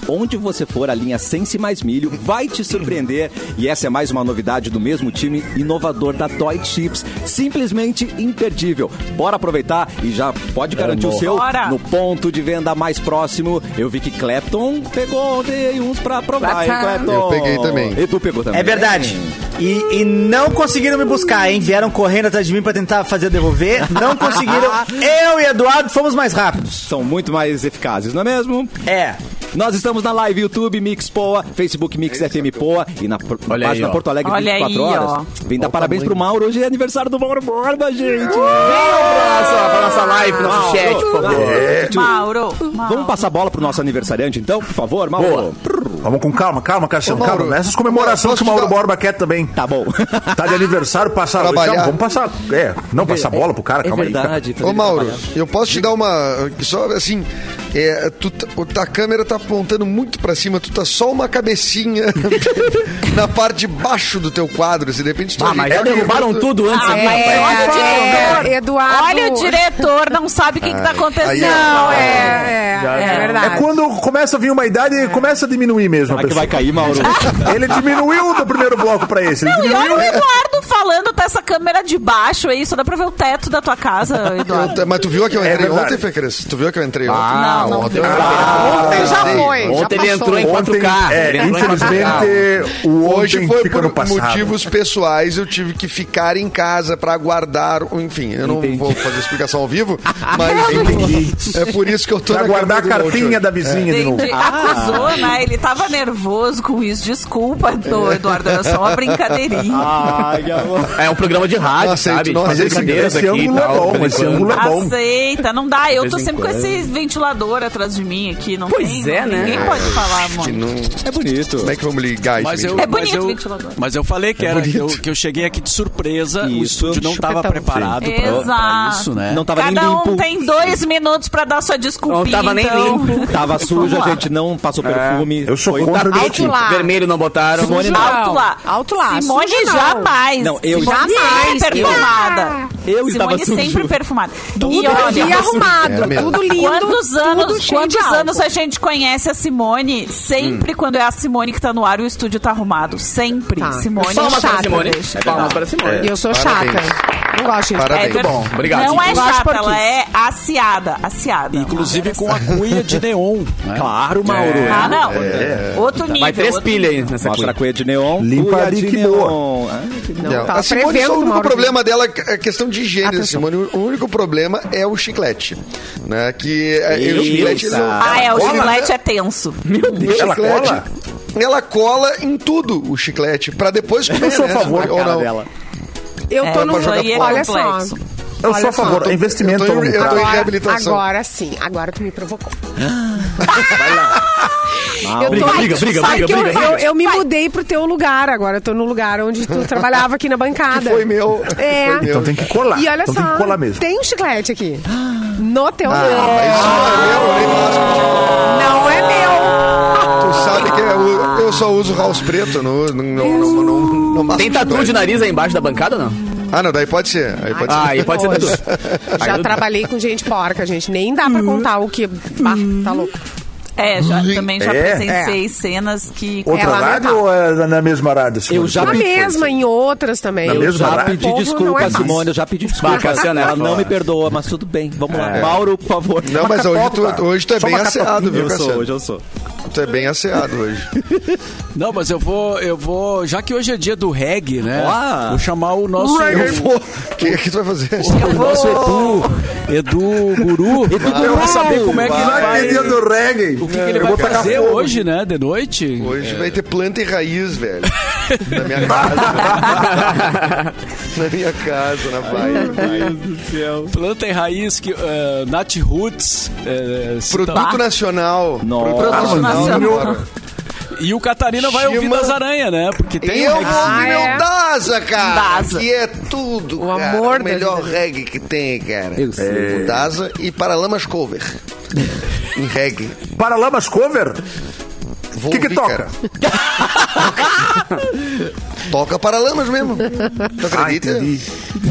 Speaker 2: Onde você for, a linha Sense Mais Milho vai te surpreender. E essa é mais uma novidade do mesmo time inovador da Toy Chips. Simplesmente imperdível. Bora aproveitar e já pode garantir o seu
Speaker 4: Bora.
Speaker 2: no ponto de venda mais próximo. Eu vi que Clapton pegou ontem uns pra provar, hein, Clapton?
Speaker 5: Eu peguei também.
Speaker 2: E tu pegou também.
Speaker 10: É verdade. E, e não conseguiram me buscar, hein? Vieram correndo atrás de mim pra tentar fazer eu devolver. Não
Speaker 3: *laughs*
Speaker 10: conseguiram. Eu e Eduardo fomos mais rápidos.
Speaker 2: São muito mais eficazes, não é mesmo?
Speaker 10: É.
Speaker 2: Nós estamos na live YouTube Mix Poa, Facebook Mix FM Poa e na pr-
Speaker 3: Olha
Speaker 2: página
Speaker 3: aí, ó.
Speaker 2: Porto Alegre
Speaker 4: Olha
Speaker 2: 24
Speaker 4: aí,
Speaker 2: horas.
Speaker 4: ó.
Speaker 2: Vem dar parabéns pro Mauro, hoje é aniversário do Mauro Borba, gente. um
Speaker 3: Pra nossa, pra nossa live, pro nosso chat, por favor.
Speaker 4: Mauro. Mauro.
Speaker 2: Vamos passar a bola pro nosso aniversariante então, por favor, Mauro. tá.
Speaker 3: Boa.
Speaker 8: Vamos com calma, calma, Cassiano.
Speaker 5: Ô, Mauro,
Speaker 8: Calma. Essas comemorações
Speaker 5: posso
Speaker 8: que o
Speaker 5: te
Speaker 8: Mauro
Speaker 5: dar-
Speaker 8: Borba quer também.
Speaker 2: Tá bom.
Speaker 8: Tá de aniversário, passar hoje.
Speaker 5: Trabalhar.
Speaker 8: Calma, vamos passar. É, não passar bola pro cara,
Speaker 2: É
Speaker 8: calma aí.
Speaker 2: verdade. fazer
Speaker 5: Ô Mauro,
Speaker 2: trabalhar.
Speaker 5: eu posso te dar uma. Só assim. É, tu, tá- o- a câmera tá apontando muito pra cima, tu tá só uma cabecinha na parte de baixo do teu quadro. Se depende de repente tu
Speaker 3: Ah, mas já
Speaker 5: arrebenta-
Speaker 3: derrubaram tudo antes aqui,
Speaker 6: É,
Speaker 3: rapaz.
Speaker 6: é, Eduardo.
Speaker 4: Olha o diretor, não sabe o que, que tá
Speaker 5: aí
Speaker 4: acontecendo.
Speaker 5: é-
Speaker 6: Não, é, é, é
Speaker 8: É
Speaker 6: verdade.
Speaker 8: quando começa a vir uma idade e começa a diminuir mesmo a
Speaker 2: Será que É.
Speaker 7: é
Speaker 2: vai
Speaker 8: pessoa.
Speaker 2: cair, Mauro?
Speaker 8: *laughs* Ele diminuiu do primeiro bloco pra esse. Ele
Speaker 4: Não, e olha
Speaker 8: diminuiu.
Speaker 4: o Eduardo falando, tá essa câmera de baixo aí, só dá pra ver o teto da tua casa,
Speaker 5: Eu
Speaker 4: Eduardo.
Speaker 5: t- mas tu viu que eu entrei
Speaker 8: verdade.
Speaker 5: ontem, Fê Cris? Tu viu que eu entrei ontem?
Speaker 4: Não, não vi.
Speaker 5: ontem.
Speaker 6: Ontem já
Speaker 5: ontem.
Speaker 6: foi. já
Speaker 3: Ontem ele
Speaker 6: passou.
Speaker 3: entrou em
Speaker 8: Ontem,
Speaker 3: 4K.
Speaker 8: é,
Speaker 3: ele entrou em 4K.
Speaker 8: infelizmente, o
Speaker 5: Hoje
Speaker 8: ontem
Speaker 5: foi
Speaker 8: fica
Speaker 5: por um
Speaker 8: no passado.
Speaker 5: motivos pessoais, eu tive que ficar em casa pra aguardar. o- Enfim, eu não vou fazer explicação ao vivo, mas é por isso que eu tô
Speaker 8: Pra
Speaker 5: na
Speaker 8: guardar a
Speaker 5: câmera do Monte
Speaker 8: cartinha
Speaker 5: hoje.
Speaker 8: da vizinha de novo.
Speaker 4: Entendi. Acusou, né? Ele tava nervoso com isso. Desculpa, Edu- Eduardo, era só uma brincadeirinha.
Speaker 10: Ah,
Speaker 2: Ai, que amor.
Speaker 3: É um programa de rádio,
Speaker 5: Nossa,
Speaker 3: sabe?
Speaker 5: esse- nossa,
Speaker 3: Fazer
Speaker 5: esse-
Speaker 3: brincadeiras
Speaker 8: esse
Speaker 3: aqui e
Speaker 8: ângulo é
Speaker 3: tal.
Speaker 8: bom,
Speaker 3: de vez em
Speaker 8: esse
Speaker 3: quando.
Speaker 8: ângulo é bom.
Speaker 4: Aceita, não dá. Eu
Speaker 3: De
Speaker 4: tô
Speaker 3: vez em
Speaker 4: sempre com
Speaker 3: quando.
Speaker 4: esse ventilador computador atrás de mim aqui, não
Speaker 3: Pois
Speaker 4: tem.
Speaker 3: é,
Speaker 4: não-
Speaker 3: né?
Speaker 4: Ninguém pode falar muito.
Speaker 5: Que não...
Speaker 2: É bonito.
Speaker 5: Como é que vamos ligar isso?
Speaker 7: Mas eu,
Speaker 5: menino?
Speaker 4: É bonito
Speaker 7: mas eu,
Speaker 4: ventilador.
Speaker 7: mas eu falei que, era, que, eu,
Speaker 5: bonito.
Speaker 7: que eu cheguei aqui de surpresa, o
Speaker 2: Isso,
Speaker 7: estúdio não
Speaker 2: chupetão.
Speaker 7: estava preparado
Speaker 4: Sim.
Speaker 7: pra- pra
Speaker 4: Exato.
Speaker 7: isso, né?
Speaker 2: Não tava nem
Speaker 4: Cada um
Speaker 2: limpo.
Speaker 4: tem dois minutos pra dar sua desculpinha.
Speaker 3: Não tava nem
Speaker 4: então.
Speaker 3: limpo.
Speaker 2: Tava sujo, a gente não passou perfume.
Speaker 8: Eu sou
Speaker 2: Foi- um
Speaker 8: contra o
Speaker 6: Alto lá.
Speaker 3: Vermelho não botaram.
Speaker 2: Simone não.
Speaker 4: Alto lá.
Speaker 6: Alto lá,
Speaker 4: Simone
Speaker 6: sujo não.
Speaker 4: jamais.
Speaker 2: Não, eu-
Speaker 4: Simone
Speaker 6: Jamais.
Speaker 4: sempre
Speaker 6: Eu-
Speaker 4: perfumada.
Speaker 2: Eu estava
Speaker 4: Simone
Speaker 2: sujo.
Speaker 4: sempre perfumada.
Speaker 6: Tudo ali arrumado,
Speaker 5: É mesmo.
Speaker 6: tudo lindo.
Speaker 4: Quantos
Speaker 6: tudo
Speaker 4: anos,
Speaker 6: cheio de
Speaker 4: quantos
Speaker 6: álcool.
Speaker 4: anos a gente conhece a Simone? Sempre quando é a Simone que tá no ar, o estúdio tá arrumado. Sempre.
Speaker 6: Tá.
Speaker 4: Simone é
Speaker 6: Palmas pra
Speaker 4: chata,
Speaker 3: Simone.
Speaker 10: É
Speaker 4: deixa. É
Speaker 3: Palmas para Simone.
Speaker 6: E eu sou
Speaker 5: Parabéns.
Speaker 6: chata. Não gosto de
Speaker 5: Parabéns.
Speaker 4: verdade.
Speaker 3: bom, obrigado.
Speaker 4: Não é
Speaker 6: Eu acho
Speaker 4: chata,
Speaker 6: porquinho.
Speaker 4: ela é aciada. Aciada.
Speaker 7: Inclusive com a cuia de neon. né?
Speaker 2: Claro, Mauro.
Speaker 4: Ah, não. Outro nível.
Speaker 3: Vai três
Speaker 4: outro
Speaker 3: pilhas aí nessa
Speaker 2: Mostra a
Speaker 3: coisa.
Speaker 2: cuia de neon.
Speaker 8: Limpa
Speaker 2: cuia
Speaker 8: ali
Speaker 2: de
Speaker 8: que
Speaker 2: neon. Ah,
Speaker 5: Não,
Speaker 6: tá
Speaker 5: é. a Simone,
Speaker 6: prevendo que
Speaker 5: só o
Speaker 6: o
Speaker 5: único
Speaker 6: Mauro
Speaker 5: problema dela é questão de higiene, da
Speaker 6: Atenção.
Speaker 5: Simone. O único problema é o chiclete. Né? Que é, é o
Speaker 2: Eita.
Speaker 5: chiclete. ele-
Speaker 4: Ah, é, o
Speaker 5: cola,
Speaker 4: chiclete
Speaker 5: né?
Speaker 4: é tenso.
Speaker 8: Ela
Speaker 5: chiclete,
Speaker 8: cola?
Speaker 5: Ela cola em tudo o chiclete, pra depois comer,
Speaker 8: Eu sou a
Speaker 5: né?
Speaker 8: favor,
Speaker 5: ou não.
Speaker 6: Eu tô
Speaker 4: É,
Speaker 6: no.
Speaker 5: mas joga fora.
Speaker 6: Olha só.
Speaker 4: Complexo.
Speaker 8: Eu sou
Speaker 6: Olha
Speaker 8: a favor.
Speaker 6: só.
Speaker 8: é investimento
Speaker 5: Eu tô
Speaker 8: a
Speaker 5: em-
Speaker 8: longo
Speaker 5: eu tô em-
Speaker 8: prazo.
Speaker 6: Agora,
Speaker 5: reabilitação.
Speaker 6: agora sim, agora tu me provocou.
Speaker 2: Mauro.
Speaker 6: tô-
Speaker 3: briga, briga,
Speaker 6: Sabe
Speaker 3: briga,
Speaker 6: que eu-
Speaker 3: briga,
Speaker 6: eu, eu me mudei pro teu lugar agora. Eu tô no lugar onde tu trabalhava aqui na bancada.
Speaker 5: Foi meu.
Speaker 6: É.
Speaker 5: Foi meu.
Speaker 8: Então tem que colar.
Speaker 6: E olha
Speaker 8: então
Speaker 6: só,
Speaker 8: tem que colar mesmo.
Speaker 6: tem um chiclete aqui. No teu
Speaker 5: Mas
Speaker 6: lugar.
Speaker 5: isso não é meu, eu nem faço.
Speaker 6: Não é meu.
Speaker 5: Tu sabe que eu, eu só uso house preto, não, não, não, não, não, não masco
Speaker 3: Tem tatu de
Speaker 5: chiclete.
Speaker 3: nariz aí embaixo da bancada ou não?
Speaker 5: Ah, não, daí pode ser. Aí pode
Speaker 3: Ah,
Speaker 5: ser.
Speaker 3: aí pode ser tatu.
Speaker 6: *laughs*
Speaker 3: Aí
Speaker 6: Já
Speaker 3: eu-
Speaker 6: trabalhei com gente porca, gente. Nem dá pra contar o que. Bah, tá louco.
Speaker 4: É, já, também já
Speaker 8: É.
Speaker 4: presenciei cenas que.
Speaker 8: Outra
Speaker 6: Ela não
Speaker 8: rádio ou é na mesma rádio? Simone?
Speaker 2: Eu já
Speaker 6: Na
Speaker 2: me-
Speaker 6: mesma, em outras também.
Speaker 8: Na
Speaker 2: Eu
Speaker 8: mesma
Speaker 2: já
Speaker 8: rádio.
Speaker 2: pedi
Speaker 6: O povo não
Speaker 2: desculpa,
Speaker 6: é fácil.
Speaker 2: Simone. Eu já pedi desculpa.
Speaker 3: Bah, Cassiano, ela
Speaker 2: ela não
Speaker 3: fala.
Speaker 2: me perdoa, mas tudo bem. Vamos lá. Mauro, por favor.
Speaker 5: Não, mas hoje
Speaker 8: capota.
Speaker 5: tu, hoje tu é
Speaker 8: Só
Speaker 5: bem
Speaker 8: uma
Speaker 5: asseado, viu,
Speaker 2: eu sou,
Speaker 5: Cassiano?
Speaker 2: hoje eu sou.
Speaker 5: Tu é bem asseado hoje.
Speaker 7: Não, mas eu vou, eu vou. Já que hoje é dia do reggae, né?
Speaker 2: Ah.
Speaker 7: Vou chamar o nosso.
Speaker 5: Eu vou. O que, que tu vai fazer?
Speaker 7: O nosso Edu, Edu Guru. Edu Guru. Pra saber como é que ele
Speaker 8: Já que é
Speaker 7: vai,
Speaker 8: dia do reggae.
Speaker 7: o que, que ele
Speaker 8: É, eu
Speaker 7: vai
Speaker 8: vou tacar
Speaker 7: fazer
Speaker 8: fogo.
Speaker 7: hoje, né? De noite.
Speaker 5: Hoje vai ter planta e raiz, *laughs* velho. Na minha casa. na minha casa, na Bahia.
Speaker 7: Planta e raiz, que, eh, Nat Roots. eh, cita-
Speaker 5: Produto nacional.
Speaker 2: Nossa.
Speaker 5: Produto
Speaker 4: Produto nacional.
Speaker 5: agora.
Speaker 7: E o Catarina vai ouvir
Speaker 5: Chima-
Speaker 7: das aranhas, né? Porque tem
Speaker 5: Eu
Speaker 7: o
Speaker 5: vou
Speaker 7: reggae.
Speaker 6: Ah,
Speaker 5: ouvir
Speaker 6: é?
Speaker 5: meu Daza, cara.
Speaker 4: Daza.
Speaker 5: Que é tudo,
Speaker 6: O
Speaker 5: cara.
Speaker 6: amor
Speaker 5: o
Speaker 6: da
Speaker 5: melhor
Speaker 6: vida.
Speaker 5: reggae que tem, cara.
Speaker 2: Eu sei.
Speaker 5: O Daza e Paralamas Cover. em reggae.
Speaker 8: Paralamas cover?
Speaker 5: Vou
Speaker 8: O que que
Speaker 5: ouvir,
Speaker 8: toca?
Speaker 5: cara. *laughs* Toca Paralamas mesmo. Tu
Speaker 8: Ah,
Speaker 5: acredita?
Speaker 8: entendi.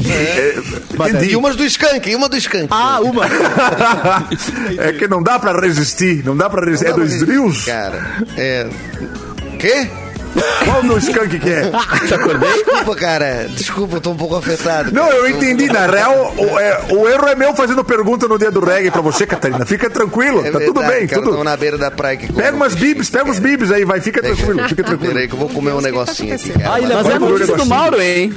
Speaker 8: É,
Speaker 5: E
Speaker 8: entendi.
Speaker 5: umas do Skank, e uma do Skank.
Speaker 2: Ah, uma.
Speaker 8: *laughs* É que não dá pra resistir. Não dá pra resistir. É
Speaker 5: Não,
Speaker 8: dos
Speaker 5: mas,
Speaker 8: drills?
Speaker 5: Cara, é. Quê?
Speaker 8: Qual no skunk que é?
Speaker 5: Desculpa, cara. Desculpa, eu tô um pouco afetado.
Speaker 8: Não,
Speaker 5: cara.
Speaker 8: eu entendi. Na real, o, é, o erro é meu fazendo pergunta no dia do reggae pra você, Catarina. Fica tranquilo.
Speaker 5: É
Speaker 8: Tá tudo
Speaker 5: verdade,
Speaker 8: bem.
Speaker 5: cara,
Speaker 8: Tudo.
Speaker 5: Tamo na beira da praia. Que
Speaker 8: Pega umas bibs, pega uns bibs aí, vai. Fica
Speaker 5: Pega.
Speaker 8: tranquilo. Fica tranquilo.
Speaker 5: Peraí É, que eu vou comer um negocinho aqui, cara.
Speaker 3: Ai,
Speaker 5: Mas-
Speaker 3: Mas é a notícia do Mauro, hein?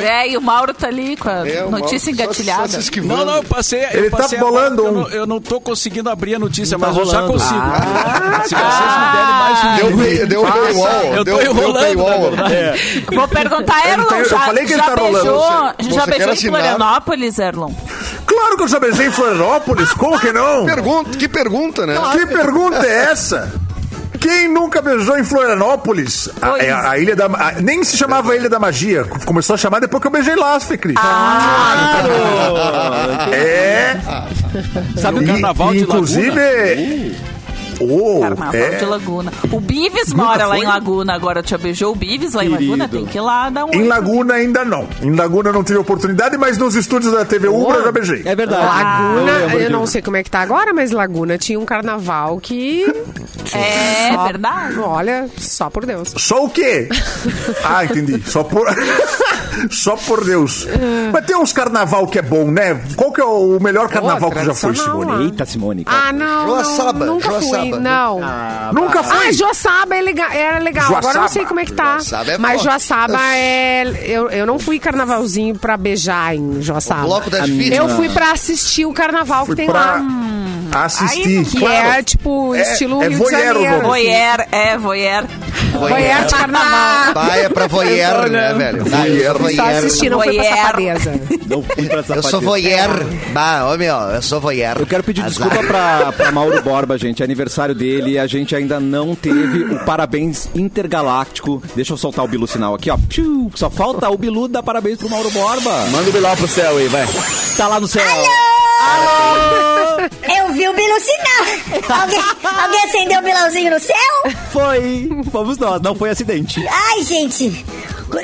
Speaker 4: É, e o Mauro tá ali com a
Speaker 5: É, o mal-
Speaker 4: notícia
Speaker 5: só-
Speaker 4: engatilhada.
Speaker 5: só se esquivando.
Speaker 7: Não, não, eu passei. eu
Speaker 8: Ele tá
Speaker 7: passei a bola,
Speaker 8: bolando
Speaker 7: eu
Speaker 8: um.
Speaker 7: não- Eu não tô conseguindo abrir a notícia,
Speaker 2: Não tá
Speaker 7: mas eu já
Speaker 2: rolando.
Speaker 7: consigo. *laughs* Se vocês me derem mais um
Speaker 5: Deu, pay- deu
Speaker 7: Passa.
Speaker 5: paywall.
Speaker 7: Eu tô
Speaker 5: deu, deu
Speaker 7: enrolando, né?
Speaker 5: paywall.
Speaker 7: *laughs* na
Speaker 4: Vou perguntar, Erlon,
Speaker 8: tenho- eu
Speaker 4: já,
Speaker 8: falei que ele
Speaker 4: já
Speaker 8: tá
Speaker 4: beijou,
Speaker 8: rolando.
Speaker 5: Você-
Speaker 4: já beijou
Speaker 5: você quer
Speaker 4: em
Speaker 5: assinar?
Speaker 4: Florianópolis, Erlon?
Speaker 8: Claro que eu já beijei em Florianópolis. Como que não?
Speaker 5: Pergunta, que pergunta, né?
Speaker 8: Que pergunta é essa? Quem nunca beijou em Florianópolis? A,
Speaker 4: Pois.
Speaker 8: é a- a Ilha da Ma- a- nem se chamava Ilha da Magia. Começou a chamar depois que eu beijei lá, Fê Cris. É,
Speaker 7: Sabe o carnaval
Speaker 8: e,
Speaker 7: de
Speaker 8: inclusive.
Speaker 7: Laguna?
Speaker 8: Oh,
Speaker 4: Uh. Carnaval
Speaker 8: é.
Speaker 4: de Laguna. O Bives mora lá em Laguna agora. Tu já beijou o Bives lá em
Speaker 2: Querido.
Speaker 4: Laguna? Tem que ir lá dar um...
Speaker 8: Em
Speaker 4: oi.
Speaker 8: Laguna ainda não. Em Laguna eu não tive oportunidade, mas nos estúdios da TV Ubra eu já beijei.
Speaker 2: É verdade.
Speaker 6: Laguna,
Speaker 2: Eu lembro
Speaker 6: eu não
Speaker 2: disso.
Speaker 6: sei como é que tá agora, mas Laguna tinha um carnaval que.
Speaker 4: É
Speaker 6: Só-
Speaker 4: verdade.
Speaker 6: Olha, só por Deus.
Speaker 8: Só o quê? Ah, entendi. Só por. *laughs* Só por Deus. Mas tem uns carnaval que é bom, né? Qual que é o melhor carnaval que já foi,
Speaker 6: tradicional,
Speaker 8: Simone?
Speaker 6: né?
Speaker 2: Eita, Simone.
Speaker 6: Ah, não.
Speaker 5: Joaçaba,
Speaker 6: não nunca
Speaker 5: Joaçaba.
Speaker 6: fui. Não.
Speaker 8: Nunca foi.
Speaker 6: Ah, Joaçaba é lega- era legal. Agora eu
Speaker 8: Joaçaba.
Speaker 6: não sei como é que tá.
Speaker 5: Joaçaba é
Speaker 6: Mas
Speaker 5: forte.
Speaker 6: Joaçaba é. Eu, eu não fui carnavalzinho pra beijar em Joaçaba.
Speaker 7: Ah,
Speaker 5: Bloco das
Speaker 2: Amiga.
Speaker 7: *laughs*
Speaker 5: fitas.
Speaker 6: Eu fui pra assistir o carnaval que tem
Speaker 8: pra
Speaker 6: lá. um-
Speaker 8: Assisti.
Speaker 6: Que
Speaker 8: claro.
Speaker 6: é tipo estilo
Speaker 8: é
Speaker 6: Rio de
Speaker 8: voyeur o
Speaker 6: Janeiro.
Speaker 8: nome.
Speaker 4: Voyeur, é, voyeur.
Speaker 6: Voyeur de
Speaker 5: Ah,
Speaker 6: carnaval.
Speaker 9: Pai é pra voyeur, né, velho? Não, eu sou
Speaker 6: Só
Speaker 9: voyeur.
Speaker 6: assistindo, não foi pra
Speaker 4: Voyeur.
Speaker 6: safadeza.
Speaker 2: Não fui pra
Speaker 9: Eu sou
Speaker 2: sapateiro.
Speaker 9: voyeur. Bah, ô meu, eu sou voyeur.
Speaker 2: Eu quero pedir
Speaker 9: Azar.
Speaker 2: desculpa pra, pra Mauro Borba, gente. É aniversário dele e a gente ainda não teve o parabéns intergaláctico. Deixa eu soltar o Bilu sinal aqui, ó. Piu! Só falta o Bilu dar parabéns pro Mauro Borba.
Speaker 3: Manda o Bilal pro céu aí, vai.
Speaker 2: Tá lá no céu.
Speaker 11: Eu vi o Bilu sinal. Alguém, alguém acendeu o Bilauzinho no céu?
Speaker 2: Foi. Fomos nós. Não foi acidente.
Speaker 11: Ai, gente.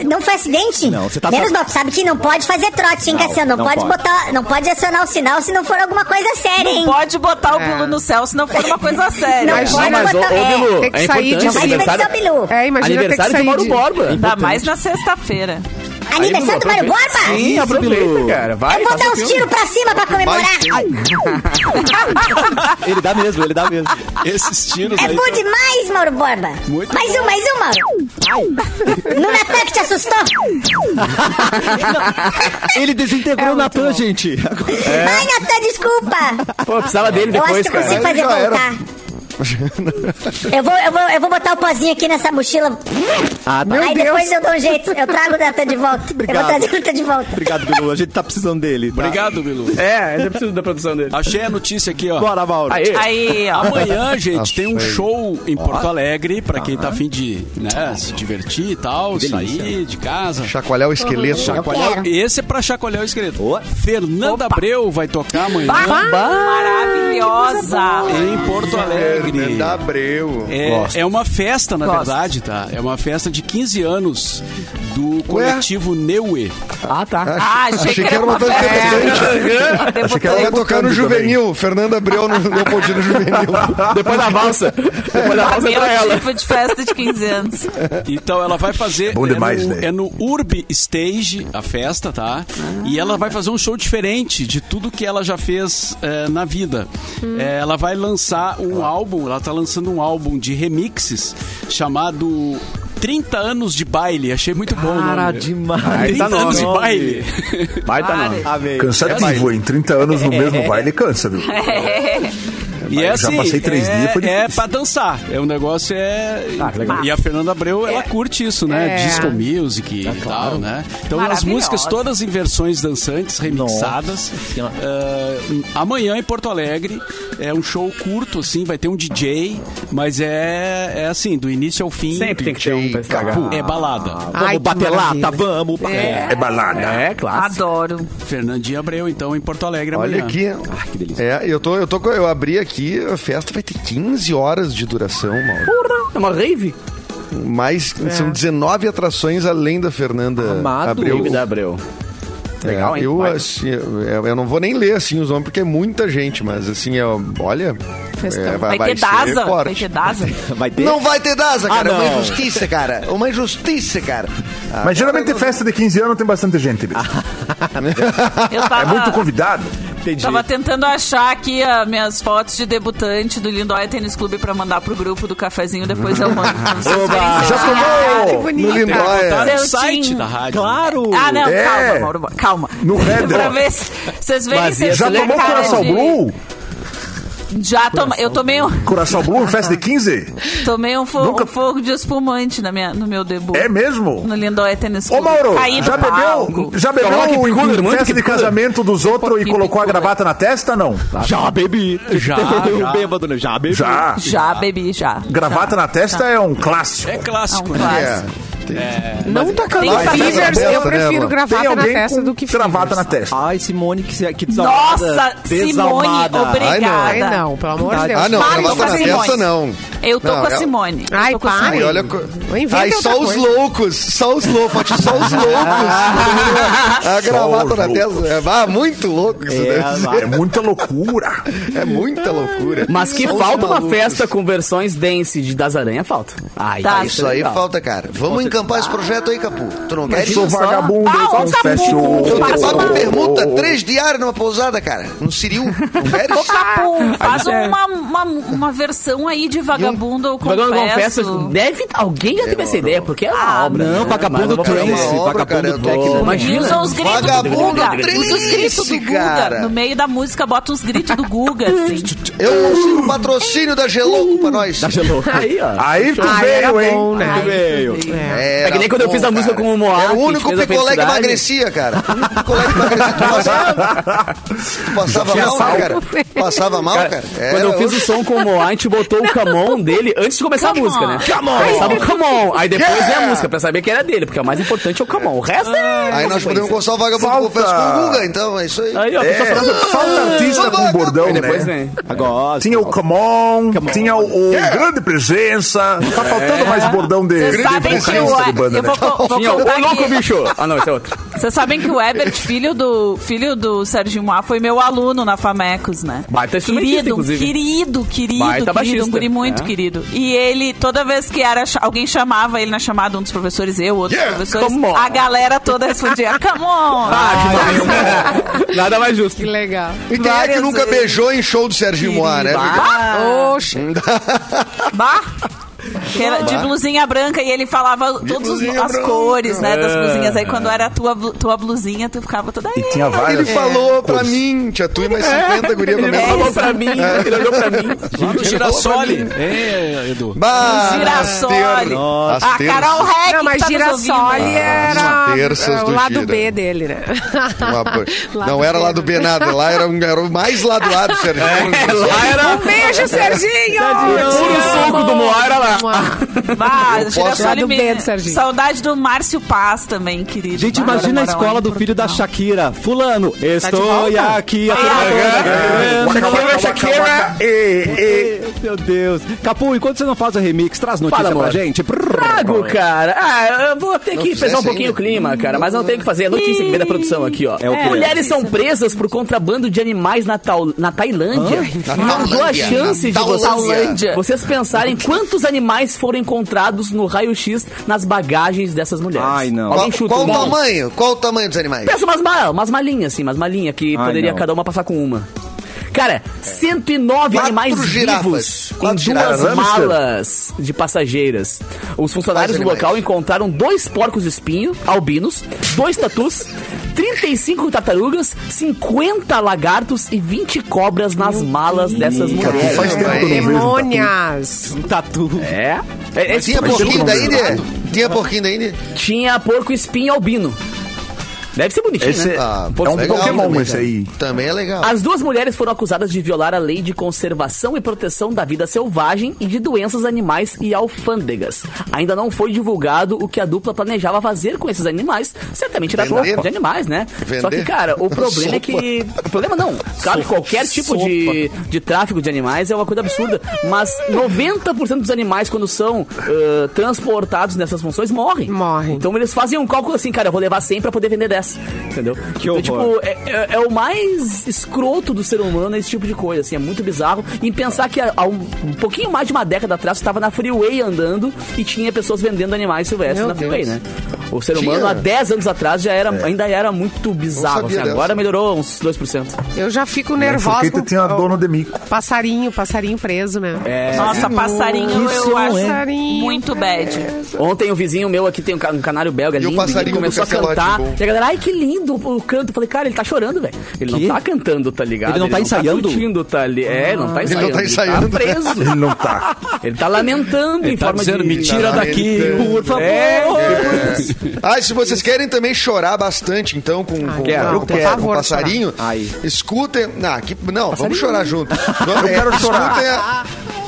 Speaker 11: Não foi acidente?
Speaker 2: Não, você tá
Speaker 11: Menos
Speaker 2: só-
Speaker 11: mal, tu sabe que não pode fazer trote, hein,
Speaker 2: Não,
Speaker 11: Cassiano? Não,
Speaker 2: não
Speaker 11: pode,
Speaker 2: pode.
Speaker 11: botar, não pode acionar o sinal se não for alguma coisa séria, hein?
Speaker 4: Não pode botar o pulo no céu se não for uma coisa séria.
Speaker 11: Não
Speaker 6: Mas
Speaker 11: pode
Speaker 6: não,
Speaker 3: Mas, ô,
Speaker 11: botar...
Speaker 3: ô, Bilu,
Speaker 6: Tem que
Speaker 3: é
Speaker 6: sair
Speaker 3: importante.
Speaker 6: de-
Speaker 11: Mas vai ser
Speaker 3: aniversário-
Speaker 11: o Bilu.
Speaker 6: É, imagina ter que
Speaker 3: Aniversário de
Speaker 6: sair
Speaker 3: Mauro
Speaker 6: de-
Speaker 2: né?
Speaker 3: Borba.
Speaker 4: Ainda mais na sexta-feira.
Speaker 11: Aniversário do Mário Borba?
Speaker 3: Sim, aproveita, cara. Vai,
Speaker 2: tá
Speaker 11: Eu vou
Speaker 3: faça
Speaker 11: dar
Speaker 3: o
Speaker 11: uns
Speaker 3: filme.
Speaker 11: tiros pra cima pra comemorar. É
Speaker 2: Ele dá mesmo, ele dá mesmo.
Speaker 7: Esses tiros
Speaker 11: É
Speaker 7: aí.
Speaker 11: bom demais, Mauro Borba.
Speaker 7: Muito
Speaker 11: mais um, mais um, Mauro. No Natan que te assustou.
Speaker 2: Ele desintegrou o Natan,
Speaker 3: *laughs*
Speaker 2: gente. É.
Speaker 11: Ai, Natan, desculpa.
Speaker 3: Pô, precisava dele
Speaker 11: Eu acho
Speaker 3: depois,
Speaker 11: que eu consigo
Speaker 3: cara.
Speaker 11: fazer
Speaker 5: Já era.
Speaker 11: voltar. Eu vou, eu, vou, eu vou botar o pozinho aqui nessa mochila.
Speaker 2: Ah, tá.
Speaker 11: Aí depois eu dou um jeito. Eu trago o Natan de volta. Eu vou trazer o Natan de volta.
Speaker 2: Obrigado, Bilu. A gente tá precisando dele. tá?
Speaker 7: Obrigado, Bilu.
Speaker 3: É, ainda preciso da produção dele.
Speaker 7: Achei a notícia aqui, ó.
Speaker 2: Bora, Mauro.
Speaker 3: Aí,
Speaker 4: Aí, ó.
Speaker 7: Amanhã, gente, tem um show em Porto Alegre pra quem tá afim de né, se divertir e tal, sair de casa.
Speaker 5: Chacoalhar o esqueleto.
Speaker 7: Chacoalhar-
Speaker 11: quero.
Speaker 7: Esse é pra chacoalhar o esqueleto.
Speaker 2: Ô.
Speaker 7: Fernanda Abreu vai tocar amanhã
Speaker 4: Maravilhosa.
Speaker 7: em Porto Alegre.
Speaker 5: Fernanda Abreu.
Speaker 7: É, é uma festa, na
Speaker 4: Gosto.
Speaker 7: verdade, tá? É uma festa de 15 anos do coletivo Neue.
Speaker 3: Ah, tá.
Speaker 4: Ah, achei,
Speaker 5: Achei que era uma coisa
Speaker 6: um
Speaker 5: competente. Achei que ela vai tocar no
Speaker 8: Debutante
Speaker 5: juvenil. Fernanda Abreu no
Speaker 6: *laughs*
Speaker 5: Leopoldino Juvenil.
Speaker 3: Depois da valsa. Depois da valsa é pra
Speaker 4: Meu
Speaker 3: ela.
Speaker 4: tipo de festa de 15 anos.
Speaker 7: Então ela vai fazer.
Speaker 8: Bom
Speaker 7: é,
Speaker 8: demais,
Speaker 7: no,
Speaker 8: né?
Speaker 7: é no Urb Stage a festa, tá? E ela vai fazer um show diferente de tudo que ela já fez eh, na vida. Eh, ela vai lançar um álbum, ela tá lançando um álbum de remixes chamado 30 anos de baile. Achei muito bom. o nome.
Speaker 2: Cara, demais.
Speaker 8: tá
Speaker 7: 30
Speaker 3: nome.
Speaker 7: anos de
Speaker 2: tá
Speaker 7: baile.
Speaker 3: Vai, tá não.
Speaker 2: Amei.
Speaker 8: Cansativo, hein? 30 anos no
Speaker 6: É.
Speaker 8: mesmo baile cansa, viu?
Speaker 7: E é
Speaker 8: eu já
Speaker 7: assim,
Speaker 8: passei três
Speaker 7: é,
Speaker 8: dias, foi
Speaker 7: É
Speaker 8: difícil. Ah,
Speaker 7: pra dançar. É um negócio é. E a Fernanda Abreu,
Speaker 3: É.
Speaker 7: ela curte isso, né?
Speaker 6: É.
Speaker 7: Disco
Speaker 8: Ah,
Speaker 7: music e tal, né? Então as
Speaker 4: Maravilhosa.
Speaker 7: músicas todas em versões dançantes, remixadas. Ah, amanhã em Porto Alegre é um show curto, assim, vai ter um DJ, mas é, é assim, do início ao fim.
Speaker 3: Sempre tem que ter um pra estragar.
Speaker 7: É balada.
Speaker 6: Ai,
Speaker 2: Vamos
Speaker 6: que
Speaker 2: bater lata,
Speaker 6: maravilha.
Speaker 2: vamos.
Speaker 4: É.
Speaker 8: É balada.
Speaker 3: É, claro.
Speaker 4: Adoro.
Speaker 7: Fernandinha Abreu, então, em Porto Alegre amanhã.
Speaker 5: Olha aqui.
Speaker 2: Ah, que delícia.
Speaker 5: É, eu, tô, eu, tô, com- eu abri aqui, a festa vai ter 15 horas de duração, Mauro.
Speaker 3: É uma rave?
Speaker 5: Mas
Speaker 6: É.
Speaker 5: são 19 atrações além da Fernanda
Speaker 2: Amado.
Speaker 5: Abreu.
Speaker 3: Rave da Abreu. Legal,
Speaker 5: É,
Speaker 3: hein?
Speaker 5: Eu,
Speaker 3: Vai.
Speaker 5: assim, eu, eu não vou nem ler assim, os nomes, porque é muita gente, mas assim, eu- olha. é,
Speaker 4: Vai, ter
Speaker 5: ser
Speaker 4: Daza.
Speaker 5: forte.
Speaker 4: Vai ter Daza.
Speaker 2: Vai ter.
Speaker 9: Não vai ter DASA, cara.
Speaker 3: Ah,
Speaker 9: é uma
Speaker 2: não.
Speaker 9: injustiça, cara. É Uma injustiça, cara.
Speaker 8: Mas
Speaker 5: Ah,
Speaker 8: geralmente festa de 15 anos tem bastante gente. Bilu.
Speaker 6: Ah.
Speaker 4: Eu
Speaker 8: É muito
Speaker 4: tava,
Speaker 8: convidado.
Speaker 2: Entendi.
Speaker 4: tava tentando achar aqui as minhas fotos de debutante do Lindóia Tênis Clube pra mandar pro grupo do cafezinho. Depois eu mando pra vocês
Speaker 6: é
Speaker 4: verem se eu acho.
Speaker 8: Já
Speaker 6: Ah, que
Speaker 8: tomou!
Speaker 6: bonito.
Speaker 5: No Lindóia.
Speaker 7: Tá no
Speaker 4: Seu
Speaker 7: site
Speaker 4: Tim.
Speaker 7: da rádio.
Speaker 2: *laughs* Claro.
Speaker 4: Ah, não,
Speaker 8: É.
Speaker 4: calma, Mauro. Borba, Calma.
Speaker 8: No header.
Speaker 4: pra ver se vocês verem
Speaker 3: Mas
Speaker 4: se eu
Speaker 8: Já
Speaker 4: tenho
Speaker 8: tomou
Speaker 4: cara
Speaker 8: Coração
Speaker 4: de-
Speaker 8: Blue?
Speaker 4: Já tomei. Eu tomei um,
Speaker 8: Coração Blue em festa de 15?
Speaker 4: tomei um, fo-
Speaker 8: Nunca-
Speaker 4: um fogo de espumante na minha, no meu debut.
Speaker 8: É mesmo?
Speaker 4: No Lindóia Tênis
Speaker 8: Ô
Speaker 4: Clube.
Speaker 8: Mauro,
Speaker 4: Caí do
Speaker 8: já bebeu,
Speaker 4: palco.
Speaker 8: já bebeu
Speaker 3: Coloca
Speaker 8: o
Speaker 3: que cooler,
Speaker 8: em
Speaker 3: manda
Speaker 8: festa
Speaker 3: que
Speaker 8: de
Speaker 3: cooler.
Speaker 8: casamento dos outros e
Speaker 4: Que
Speaker 8: colocou a
Speaker 4: cooler.
Speaker 8: gravata na testa, não?
Speaker 2: Já bebi.
Speaker 8: *laughs*
Speaker 7: Já,
Speaker 8: um
Speaker 2: Eu
Speaker 7: já.
Speaker 2: bêbado, né? Já bebi.
Speaker 8: Já.
Speaker 4: Já bebi, já.
Speaker 8: Gravata na testa é um clássico.
Speaker 7: É
Speaker 4: É um
Speaker 7: clássico, né?
Speaker 4: clássico.
Speaker 6: Não tá
Speaker 4: Tem
Speaker 6: calando
Speaker 4: que fazer
Speaker 6: fevers,
Speaker 5: essa
Speaker 6: eu
Speaker 5: festa, né,
Speaker 6: prefiro
Speaker 5: mano?
Speaker 8: Tem
Speaker 6: gravata na
Speaker 8: alguém
Speaker 6: testa
Speaker 8: com
Speaker 6: do que
Speaker 8: gravata
Speaker 6: fevers.
Speaker 8: na testa.
Speaker 2: Ai, Simone, que, se- que desalmada.
Speaker 4: Nossa, Simone,
Speaker 2: Desalmada.
Speaker 4: obrigada.
Speaker 6: Ai, não, pelo amor de Deus.
Speaker 5: Ah, não,
Speaker 4: Para
Speaker 5: não
Speaker 4: com
Speaker 5: na
Speaker 4: essa
Speaker 5: festa,
Speaker 4: Simone.
Speaker 5: não.
Speaker 4: Eu tô
Speaker 5: Não,
Speaker 4: com a
Speaker 5: ela-
Speaker 4: Simone. Eu
Speaker 6: Ai,
Speaker 4: tô com a
Speaker 6: pare.
Speaker 4: Simone.
Speaker 5: Ai, olha. co-
Speaker 6: Não inventa
Speaker 5: Ai, só
Speaker 6: outra
Speaker 5: os
Speaker 6: coisa.
Speaker 5: loucos, só os loucos, Fati, só os
Speaker 3: *laughs*
Speaker 5: loucos. a gravata na testa. É,
Speaker 8: os loucos.
Speaker 5: ah, muito louco isso
Speaker 2: É,
Speaker 5: deve ser.
Speaker 8: É muita loucura.
Speaker 5: *laughs* É muita loucura.
Speaker 3: Mas que
Speaker 5: Só os
Speaker 3: falta uma
Speaker 5: malucos.
Speaker 3: festa com versões dance de Das Aranha, falta. Ai,
Speaker 4: Tá.
Speaker 3: tá,
Speaker 9: Isso aí
Speaker 3: legal.
Speaker 9: falta, cara. Vamos
Speaker 5: encampar
Speaker 3: Ah,
Speaker 5: esse projeto aí, Capu. Tu não quer
Speaker 8: Eu sou vagabundo, eu confesso.
Speaker 5: Eu te pago permuta,
Speaker 8: três.
Speaker 5: três diários numa pousada, cara. No Ciril. Não queres?
Speaker 4: Ô, Capu, faz
Speaker 5: É.
Speaker 4: uma, uma, uma versão aí de Vagabundo ou Confesso. Ah,
Speaker 3: Vagabundo Confesso, deve, alguém já teve essa ideia, porque é uma obra.
Speaker 1: Não, vagabundo
Speaker 3: Mas eu
Speaker 5: é
Speaker 3: vou fazer
Speaker 1: trance,
Speaker 3: uma obra, cara,
Speaker 1: vagabundo
Speaker 3: eu tô aqui-
Speaker 1: trance.
Speaker 3: Imagina.
Speaker 4: Usa os gritos do
Speaker 5: Vagabundo
Speaker 4: Guga.
Speaker 5: triste,
Speaker 4: Usa os gritos do Guga.
Speaker 5: cara.
Speaker 4: No meio da música, bota uns gritos do Guga, assim.
Speaker 5: Eu consigo um patrocínio da Gelouco pra nós. Da
Speaker 3: Gelouco. Aí, ó.
Speaker 8: Aí tu
Speaker 6: Ah, era
Speaker 8: veio, hein?
Speaker 6: bom, né?
Speaker 2: Veio.
Speaker 3: É que nem quando eu fiz a música com o Moá.
Speaker 5: Era É o
Speaker 3: que
Speaker 5: único
Speaker 3: fez
Speaker 5: picolé
Speaker 3: a
Speaker 5: que
Speaker 3: felicidade.
Speaker 5: emagrecia, cara. O único picolé que emagrecia. Tu passava, tu passava
Speaker 3: Tinha
Speaker 5: mal,
Speaker 3: sal.
Speaker 5: né, cara? Passava mal, cara. É, Era
Speaker 3: Quando eu fiz
Speaker 5: outro-
Speaker 3: o som com o Moá, a gente botou o Camon dele antes de começar
Speaker 4: Come
Speaker 3: a música,
Speaker 4: on.
Speaker 3: né?
Speaker 4: Come
Speaker 3: Camon! Começava o Camon. Aí depois
Speaker 5: Yeah!
Speaker 3: veio a música, pra saber que era dele, porque o mais importante é o Camon. O resto é.
Speaker 5: Aí nós podemos
Speaker 3: consequência.
Speaker 5: gostar o vagabundo
Speaker 8: Falta.
Speaker 5: confesso com o Guga, então, é isso aí.
Speaker 3: Aí, ó, a pessoa
Speaker 8: É,
Speaker 3: falando.
Speaker 8: falta artista com bordão,
Speaker 3: Aí depois
Speaker 8: né?
Speaker 3: vem.
Speaker 2: Agora.
Speaker 8: Tinha o Come On, tinha o, o Grande Presença. Tá faltando mais bordão de,
Speaker 4: Vocês
Speaker 8: de
Speaker 4: sabem que o...
Speaker 8: vocalista de banda,
Speaker 4: Eu
Speaker 8: né?
Speaker 4: vou, co- vou
Speaker 3: Tinha o
Speaker 4: contar
Speaker 3: Ô Louco
Speaker 4: aqui.
Speaker 3: Bicho! Ah, não, esse é outro.
Speaker 4: Vocês sabem que o Ebert, filho do, filho do Serginho Moá, foi meu aluno na Famecos, né?
Speaker 3: Baita instrumentista,
Speaker 4: querido,
Speaker 3: inclusive.
Speaker 4: querido, querido,
Speaker 3: Baita
Speaker 4: querido,
Speaker 3: baixista.
Speaker 4: um guri muito
Speaker 3: É.
Speaker 4: querido. E ele, toda vez que era, cha- alguém chamava ele na chamada, um dos professores, eu, outros professores,
Speaker 3: come on. Ah,
Speaker 4: a galera toda respondia, *laughs* come on!
Speaker 3: Nada mais justo.
Speaker 6: Que legal.
Speaker 5: E quem é que
Speaker 4: Várias
Speaker 5: nunca
Speaker 4: vezes.
Speaker 5: beijou em show do Serginho Moá, né?
Speaker 6: Oxi.
Speaker 4: Bah! Que era de blusinha branca e ele falava todas as
Speaker 5: blusinha branca.
Speaker 4: cores, né,
Speaker 3: É.
Speaker 4: das blusinhas. Aí quando era a tua, blu- tua blusinha, tu ficava toda aí.
Speaker 8: E tinha várias.
Speaker 5: Ele falou pra mim, tia, tu e mais 50 guria pra
Speaker 3: Ele
Speaker 4: É.
Speaker 5: mim.
Speaker 3: falou pra mim, ele olhou pra mim.
Speaker 7: O Girassoli. É, Edu.
Speaker 5: Bah,
Speaker 4: Girassoli.
Speaker 5: As
Speaker 4: A
Speaker 5: terças.
Speaker 4: Carol Reck
Speaker 6: Não, mas
Speaker 4: tá nos ouvindo.
Speaker 6: Girassoli era
Speaker 5: As terças
Speaker 6: é, o
Speaker 5: do
Speaker 6: lado
Speaker 5: Gira.
Speaker 6: B dele, né?
Speaker 5: Uma bo-
Speaker 6: Lado
Speaker 5: Não era
Speaker 6: B,
Speaker 5: lá do
Speaker 6: né?
Speaker 5: Benado, lá era, um, era o mais lá do lado, Serginho.
Speaker 3: Lá era.
Speaker 6: Um beijo, Serginho!
Speaker 3: Puro soco do Moá era lá. *laughs*
Speaker 4: Bah, Girassoli
Speaker 6: Lado
Speaker 4: me-
Speaker 6: B do Serginho.
Speaker 4: Saudade do Márcio Paz também, querido.
Speaker 2: Gente,
Speaker 4: Adoro
Speaker 2: imagina a
Speaker 4: morar lá
Speaker 2: escola
Speaker 4: em
Speaker 2: do filho da
Speaker 4: Portugal.
Speaker 2: Shakira. Fulano, estou
Speaker 6: volta?
Speaker 2: aqui. a
Speaker 4: Ah,
Speaker 2: turma
Speaker 4: É.
Speaker 3: Aham.
Speaker 5: é
Speaker 2: toda
Speaker 3: Shakira,
Speaker 2: grande.
Speaker 3: Shakira.
Speaker 8: é,
Speaker 2: Ei, Meu Deus. Capu, enquanto você não faz o remix, traz notícia
Speaker 3: Fala,
Speaker 2: pra
Speaker 3: amor.
Speaker 2: gente.
Speaker 3: Trago, cara. Ah, eu vou ter que pesar um
Speaker 5: fizesse
Speaker 3: pouquinho
Speaker 5: ainda.
Speaker 3: o clima, cara, mas não tem o que fazer. A notícia que vem da produção aqui, ó.
Speaker 2: É o quê?
Speaker 3: Mulheres são presas por contrabando de animais na, Tau- na Tailândia. Mudou a
Speaker 5: Tailândia.
Speaker 3: chance de
Speaker 5: Na
Speaker 3: vocês,
Speaker 5: Tailândia.
Speaker 3: vocês pensarem quantos animais foram encontrados no raio-x nas bagagens dessas mulheres.
Speaker 2: Ai, não.
Speaker 5: Qual,
Speaker 3: Alguém chuta
Speaker 5: qual o
Speaker 3: um nome?
Speaker 5: tamanho? Qual o tamanho dos animais?
Speaker 3: Pensa umas, ma- umas malinhas, assim, umas malinhas que
Speaker 2: Ai,
Speaker 3: poderia
Speaker 2: não.
Speaker 3: cada uma passar com uma. Cara, 109
Speaker 5: Quatro
Speaker 3: animais
Speaker 5: girafas.
Speaker 3: vivos
Speaker 5: Quatro
Speaker 3: em duas
Speaker 5: girafas.
Speaker 3: malas de passageiras. Os funcionários
Speaker 5: Quais
Speaker 3: do
Speaker 5: animais?
Speaker 3: local encontraram dois porcos espinho, albinos, dois tatus, 35 tartarugas, 50 lagartos e 20 cobras nas malas dessas mulheres.
Speaker 8: Faz tempo que eu não vejo.
Speaker 6: Demônias!
Speaker 2: Um tatu.
Speaker 3: É. É, é
Speaker 5: Tinha
Speaker 3: tipo- Ah,
Speaker 5: porquinho da Índia? Tinha porquinho da Índia?
Speaker 3: Tinha porco espinho albino. Deve ser bonitinho,
Speaker 8: Esse
Speaker 3: né?
Speaker 5: Ah,
Speaker 3: Pô, é um
Speaker 5: legal
Speaker 3: Pokémon
Speaker 5: também,
Speaker 8: esse
Speaker 5: cara.
Speaker 8: aí.
Speaker 5: Também é legal.
Speaker 3: As duas mulheres foram acusadas de violar a lei de conservação e proteção da vida selvagem e de doenças animais e alfândegas. Ainda não foi divulgado o que a dupla planejava fazer com esses animais. Certamente era
Speaker 5: Vender?
Speaker 3: troca de animais, né? Só que,
Speaker 5: Vender?
Speaker 3: cara, o problema
Speaker 5: *laughs*
Speaker 3: é que. O problema não. Claro, que qualquer tipo de, de tráfico de animais é uma coisa absurda. Mas 90% dos animais, quando são ah, transportados nessas funções, morrem.
Speaker 6: Morrem.
Speaker 3: Então eles fazem um cálculo assim, cara, eu vou levar 100 pra poder vender 10. Entendeu?
Speaker 2: Que
Speaker 3: então,
Speaker 2: horror.
Speaker 3: tipo, é, é- é o mais escroto do ser humano esse tipo de coisa, assim, é muito bizarro. E pensar que há há um, um pouquinho mais de uma década atrás estava na freeway andando e tinha pessoas vendendo animais silvestres
Speaker 6: Meu
Speaker 3: na freeway,
Speaker 6: Deus.
Speaker 3: né? O ser humano
Speaker 5: Tinha. É.
Speaker 3: há 10 anos atrás já era, ainda era muito bizarro,
Speaker 5: sabia
Speaker 3: assim, agora
Speaker 5: dessa.
Speaker 3: melhorou uns 2%.
Speaker 6: Eu já fico
Speaker 8: Porque
Speaker 6: nervosa com
Speaker 8: tu Né, tinha dono de mico.
Speaker 6: passarinho, passarinho preso, né? É.
Speaker 4: Nossa, passarinho
Speaker 3: Que
Speaker 4: eu
Speaker 3: som,
Speaker 4: acho
Speaker 6: hein?
Speaker 4: muito bad.
Speaker 2: É.
Speaker 3: Ontem um vizinho meu aqui tem um, ca- um canário belga
Speaker 5: E o
Speaker 3: lindo, ele
Speaker 5: passarinho do
Speaker 3: começou a
Speaker 5: Castelote,
Speaker 3: cantar.
Speaker 5: bom.
Speaker 3: E a galera, ai que lindo o canto. Eu falei, cara, ele tá chorando, velho. Ele
Speaker 2: Que?
Speaker 3: não tá cantando, tá ligado?
Speaker 2: Ele não tá ensaiando?
Speaker 3: Tá curtindo, tá ali. É, não tá
Speaker 5: Ele não
Speaker 3: ensaiando.
Speaker 5: tá ensaiando.
Speaker 3: Ele tá preso.
Speaker 8: Ele não tá.
Speaker 3: Ele tá lamentando em
Speaker 7: Ele tá
Speaker 3: forma
Speaker 7: dizendo,
Speaker 3: de...
Speaker 7: me tira
Speaker 5: Tá
Speaker 7: daqui,
Speaker 5: lamentando.
Speaker 7: por favor.
Speaker 5: Ah, e se vocês querem também chorar bastante, então, com, com,
Speaker 8: Ah, quero,
Speaker 5: com-
Speaker 8: eu
Speaker 5: com
Speaker 8: quero.
Speaker 5: o passarinho,
Speaker 2: Aí.
Speaker 5: escutem. Não, que- não vamos chorar junto. Vamos,
Speaker 8: *laughs* Eu quero chorar.
Speaker 5: Escutem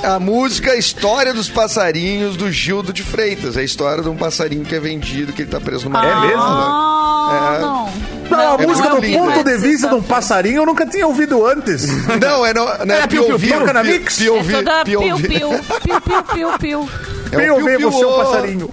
Speaker 5: a, a música História dos Passarinhos do Gildo de Freitas. É a história de um passarinho que é vendido, que ele tá preso numa.
Speaker 8: É mesmo?
Speaker 4: Ah,
Speaker 5: É.
Speaker 4: não.
Speaker 8: Não, a
Speaker 5: é
Speaker 8: música do
Speaker 5: muito lindo,
Speaker 8: ponto
Speaker 4: essa
Speaker 8: de vista de um
Speaker 4: história.
Speaker 8: passarinho eu nunca tinha ouvido antes.
Speaker 5: Não, é, não, não é
Speaker 8: É, piu, piu,
Speaker 5: Piovi.
Speaker 8: toca na mix?
Speaker 4: É toda É piu, piu, piu, piu, piu, piu, piu.
Speaker 5: É o
Speaker 8: Vem ouvir
Speaker 5: piu-piu,
Speaker 8: é você, o
Speaker 5: ô.
Speaker 8: passarinho.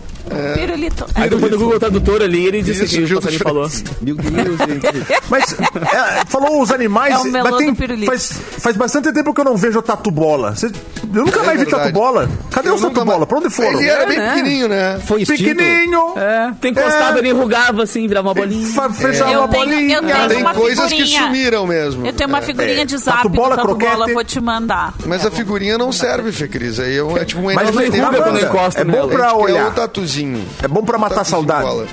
Speaker 4: Pirulito.
Speaker 3: Aí tu põe no Google Tradutor ali ele disse
Speaker 5: Isso,
Speaker 3: que o
Speaker 5: Gil
Speaker 3: passarinho falou.
Speaker 2: Meu Deus, gente.
Speaker 8: Mas é, falou os animais.
Speaker 4: É o melão
Speaker 8: mas tem-
Speaker 4: do pirulito.
Speaker 8: faz, faz bastante tempo que eu não vejo tatu bola. Cê- eu nunca
Speaker 5: É
Speaker 8: mais vi
Speaker 5: verdade.
Speaker 8: tatu bola. Cadê
Speaker 5: Eu
Speaker 8: os
Speaker 5: nunca
Speaker 8: tatu bola?
Speaker 5: mais-
Speaker 8: Pra onde foram?
Speaker 5: Ele era
Speaker 3: É,
Speaker 5: bem
Speaker 3: né?
Speaker 5: pequenininho, né?
Speaker 2: Foi instinto.
Speaker 8: Pequenininho.
Speaker 3: É, tem encostado
Speaker 8: É.
Speaker 3: ali, enrugava assim, virava uma bolinha.
Speaker 8: Fa- Fechava
Speaker 4: Eu
Speaker 8: uma
Speaker 4: tenho- eu
Speaker 8: bolinha.
Speaker 4: tenho
Speaker 5: Tem
Speaker 4: uma
Speaker 5: coisas
Speaker 4: figurinha.
Speaker 5: que sumiram mesmo.
Speaker 4: Eu tenho uma figurinha de zap
Speaker 8: Tatu
Speaker 4: do
Speaker 8: bola,
Speaker 4: Tatu Bola,
Speaker 8: croquete.
Speaker 4: eu vou te mandar.
Speaker 5: Mas a figurinha não serve, Fê Cris. Aí é, um- é tipo um
Speaker 8: Mas
Speaker 5: enorme
Speaker 8: não
Speaker 5: tempo.
Speaker 8: enruga quando
Speaker 5: Banda.
Speaker 3: encosta
Speaker 8: É bom
Speaker 3: nela.
Speaker 8: pra
Speaker 5: É
Speaker 8: olhar.
Speaker 5: o tatuzinho.
Speaker 8: É bom pra matar a
Speaker 5: Tatuzinho
Speaker 8: saudade.
Speaker 5: bola.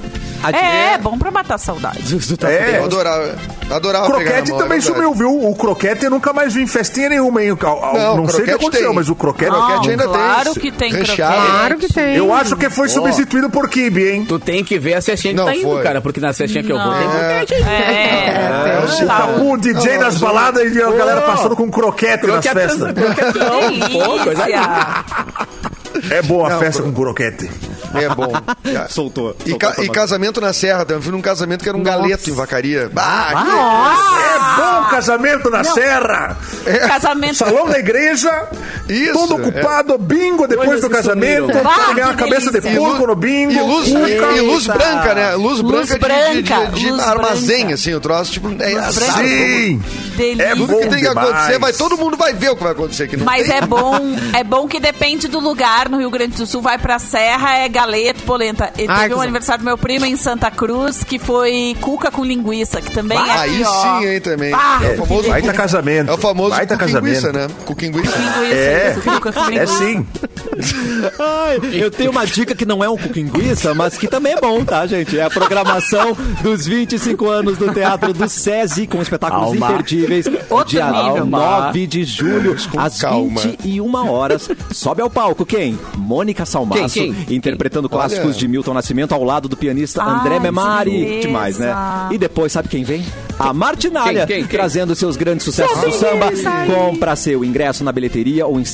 Speaker 4: É, é bom pra matar a saudade.
Speaker 8: É.
Speaker 5: Eu adorava. Adorava pegar
Speaker 8: Croquete
Speaker 5: na mão,
Speaker 8: também
Speaker 5: é verdade.
Speaker 8: sumiu, viu? O croquete eu nunca mais vi em festinha nenhuma, hein? Ao- ao-
Speaker 5: Não,
Speaker 8: Não, sei o que
Speaker 5: croquete
Speaker 8: aconteceu,
Speaker 5: tem.
Speaker 8: mas o croquete.
Speaker 5: Croquete
Speaker 4: Não,
Speaker 5: ainda tem.
Speaker 4: claro que tem
Speaker 5: Recheado.
Speaker 4: croquete.
Speaker 6: Claro que tem.
Speaker 8: Eu acho que foi substituído por kibe, hein?
Speaker 3: Tu tem que ver a festinha que
Speaker 5: Não,
Speaker 3: tá indo,
Speaker 5: foi. É.
Speaker 3: cara, porque na festinha que eu vou tem
Speaker 4: Não.
Speaker 3: croquete.
Speaker 4: É.
Speaker 8: O tabu, o DJ nas
Speaker 5: é.
Speaker 8: baladas e a galera
Speaker 3: Ô.
Speaker 8: passando com croquete nas festas.
Speaker 3: Pô, coisa
Speaker 4: Delícia.
Speaker 8: É boa a festa com croquete.
Speaker 5: É bom.
Speaker 2: Soltou.
Speaker 5: E,
Speaker 2: soltou
Speaker 5: ca-
Speaker 2: a tomada.
Speaker 5: e casamento na Serra também. Eu Fui num casamento que era um galeto em vacaria. Bah,
Speaker 7: Ah,
Speaker 5: que-
Speaker 4: Ah!
Speaker 8: É bom casamento na serra. É
Speaker 4: Casamento.
Speaker 8: Salão da igreja,
Speaker 5: Isso, é.
Speaker 8: todo ocupado, bingo depois
Speaker 3: Coisas
Speaker 8: do
Speaker 3: que
Speaker 8: casamento,
Speaker 3: sumiram.
Speaker 8: pra
Speaker 4: Bah,
Speaker 8: ganhar uma
Speaker 4: que
Speaker 8: cabeça de
Speaker 4: delícia.
Speaker 5: E lu-
Speaker 8: porco no bingo.
Speaker 5: E luz,
Speaker 8: cuca.
Speaker 5: e, e luz branca, né?
Speaker 4: Luz
Speaker 5: Luz branca, de- de-
Speaker 4: branca,
Speaker 5: de, de
Speaker 4: luz
Speaker 5: armazém,
Speaker 4: branca.
Speaker 5: assim, o troço. Tipo, é assado.
Speaker 8: Sim!
Speaker 4: Delícia.
Speaker 8: É
Speaker 5: Tudo que
Speaker 8: Bom
Speaker 5: tem que acontecer,
Speaker 8: demais.
Speaker 5: vai, todo mundo vai ver o que vai acontecer aqui. Não
Speaker 4: Mas
Speaker 5: tem-
Speaker 4: é bom, é bom que depende do lugar. No Rio Grande do Sul, vai pra Serra, é galeto, polenta. E
Speaker 6: Ai,
Speaker 4: teve
Speaker 6: que
Speaker 4: um
Speaker 6: zo-
Speaker 4: aniversário do meu primo em Santa Cruz, que foi cuca com linguiça, que também é
Speaker 5: Ah, Aí
Speaker 4: aqui, ó.
Speaker 5: sim, hein, também.
Speaker 4: Ah,
Speaker 5: é o famoso.
Speaker 8: Vai tá
Speaker 5: cu-
Speaker 8: casamento.
Speaker 5: É o famoso
Speaker 8: Vai tá
Speaker 5: cuquinguiça,
Speaker 8: casamento.
Speaker 5: né? Cuquinguiça.
Speaker 4: Linguiça,
Speaker 8: É.
Speaker 4: isso, cuca com
Speaker 8: É
Speaker 4: linguiça.
Speaker 8: sim.
Speaker 2: Ai, eu tenho uma dica que não é um cuquinguiça, mas que também é bom, tá, gente? É a programação dos 25 anos do Teatro do SESI, com espetáculos
Speaker 3: Calma.
Speaker 7: *laughs*
Speaker 2: imperdíveis.
Speaker 4: Outro
Speaker 2: dia
Speaker 4: nível.
Speaker 2: 9 de julho, às
Speaker 5: calma.
Speaker 2: 21 horas. Sobe ao palco quem? Mônica Salmaço,
Speaker 3: Quem, quem?
Speaker 2: interpretando clássicos
Speaker 5: Olha.
Speaker 2: de Milton Nascimento ao lado do pianista
Speaker 4: Ai,
Speaker 2: André Memari.
Speaker 4: que beleza.
Speaker 2: Demais, né? E depois, sabe quem vem? A Martinalha,
Speaker 3: Quem, quem, quem?
Speaker 2: trazendo seus grandes sucessos do samba. Compra seu ingresso na bilheteria ou em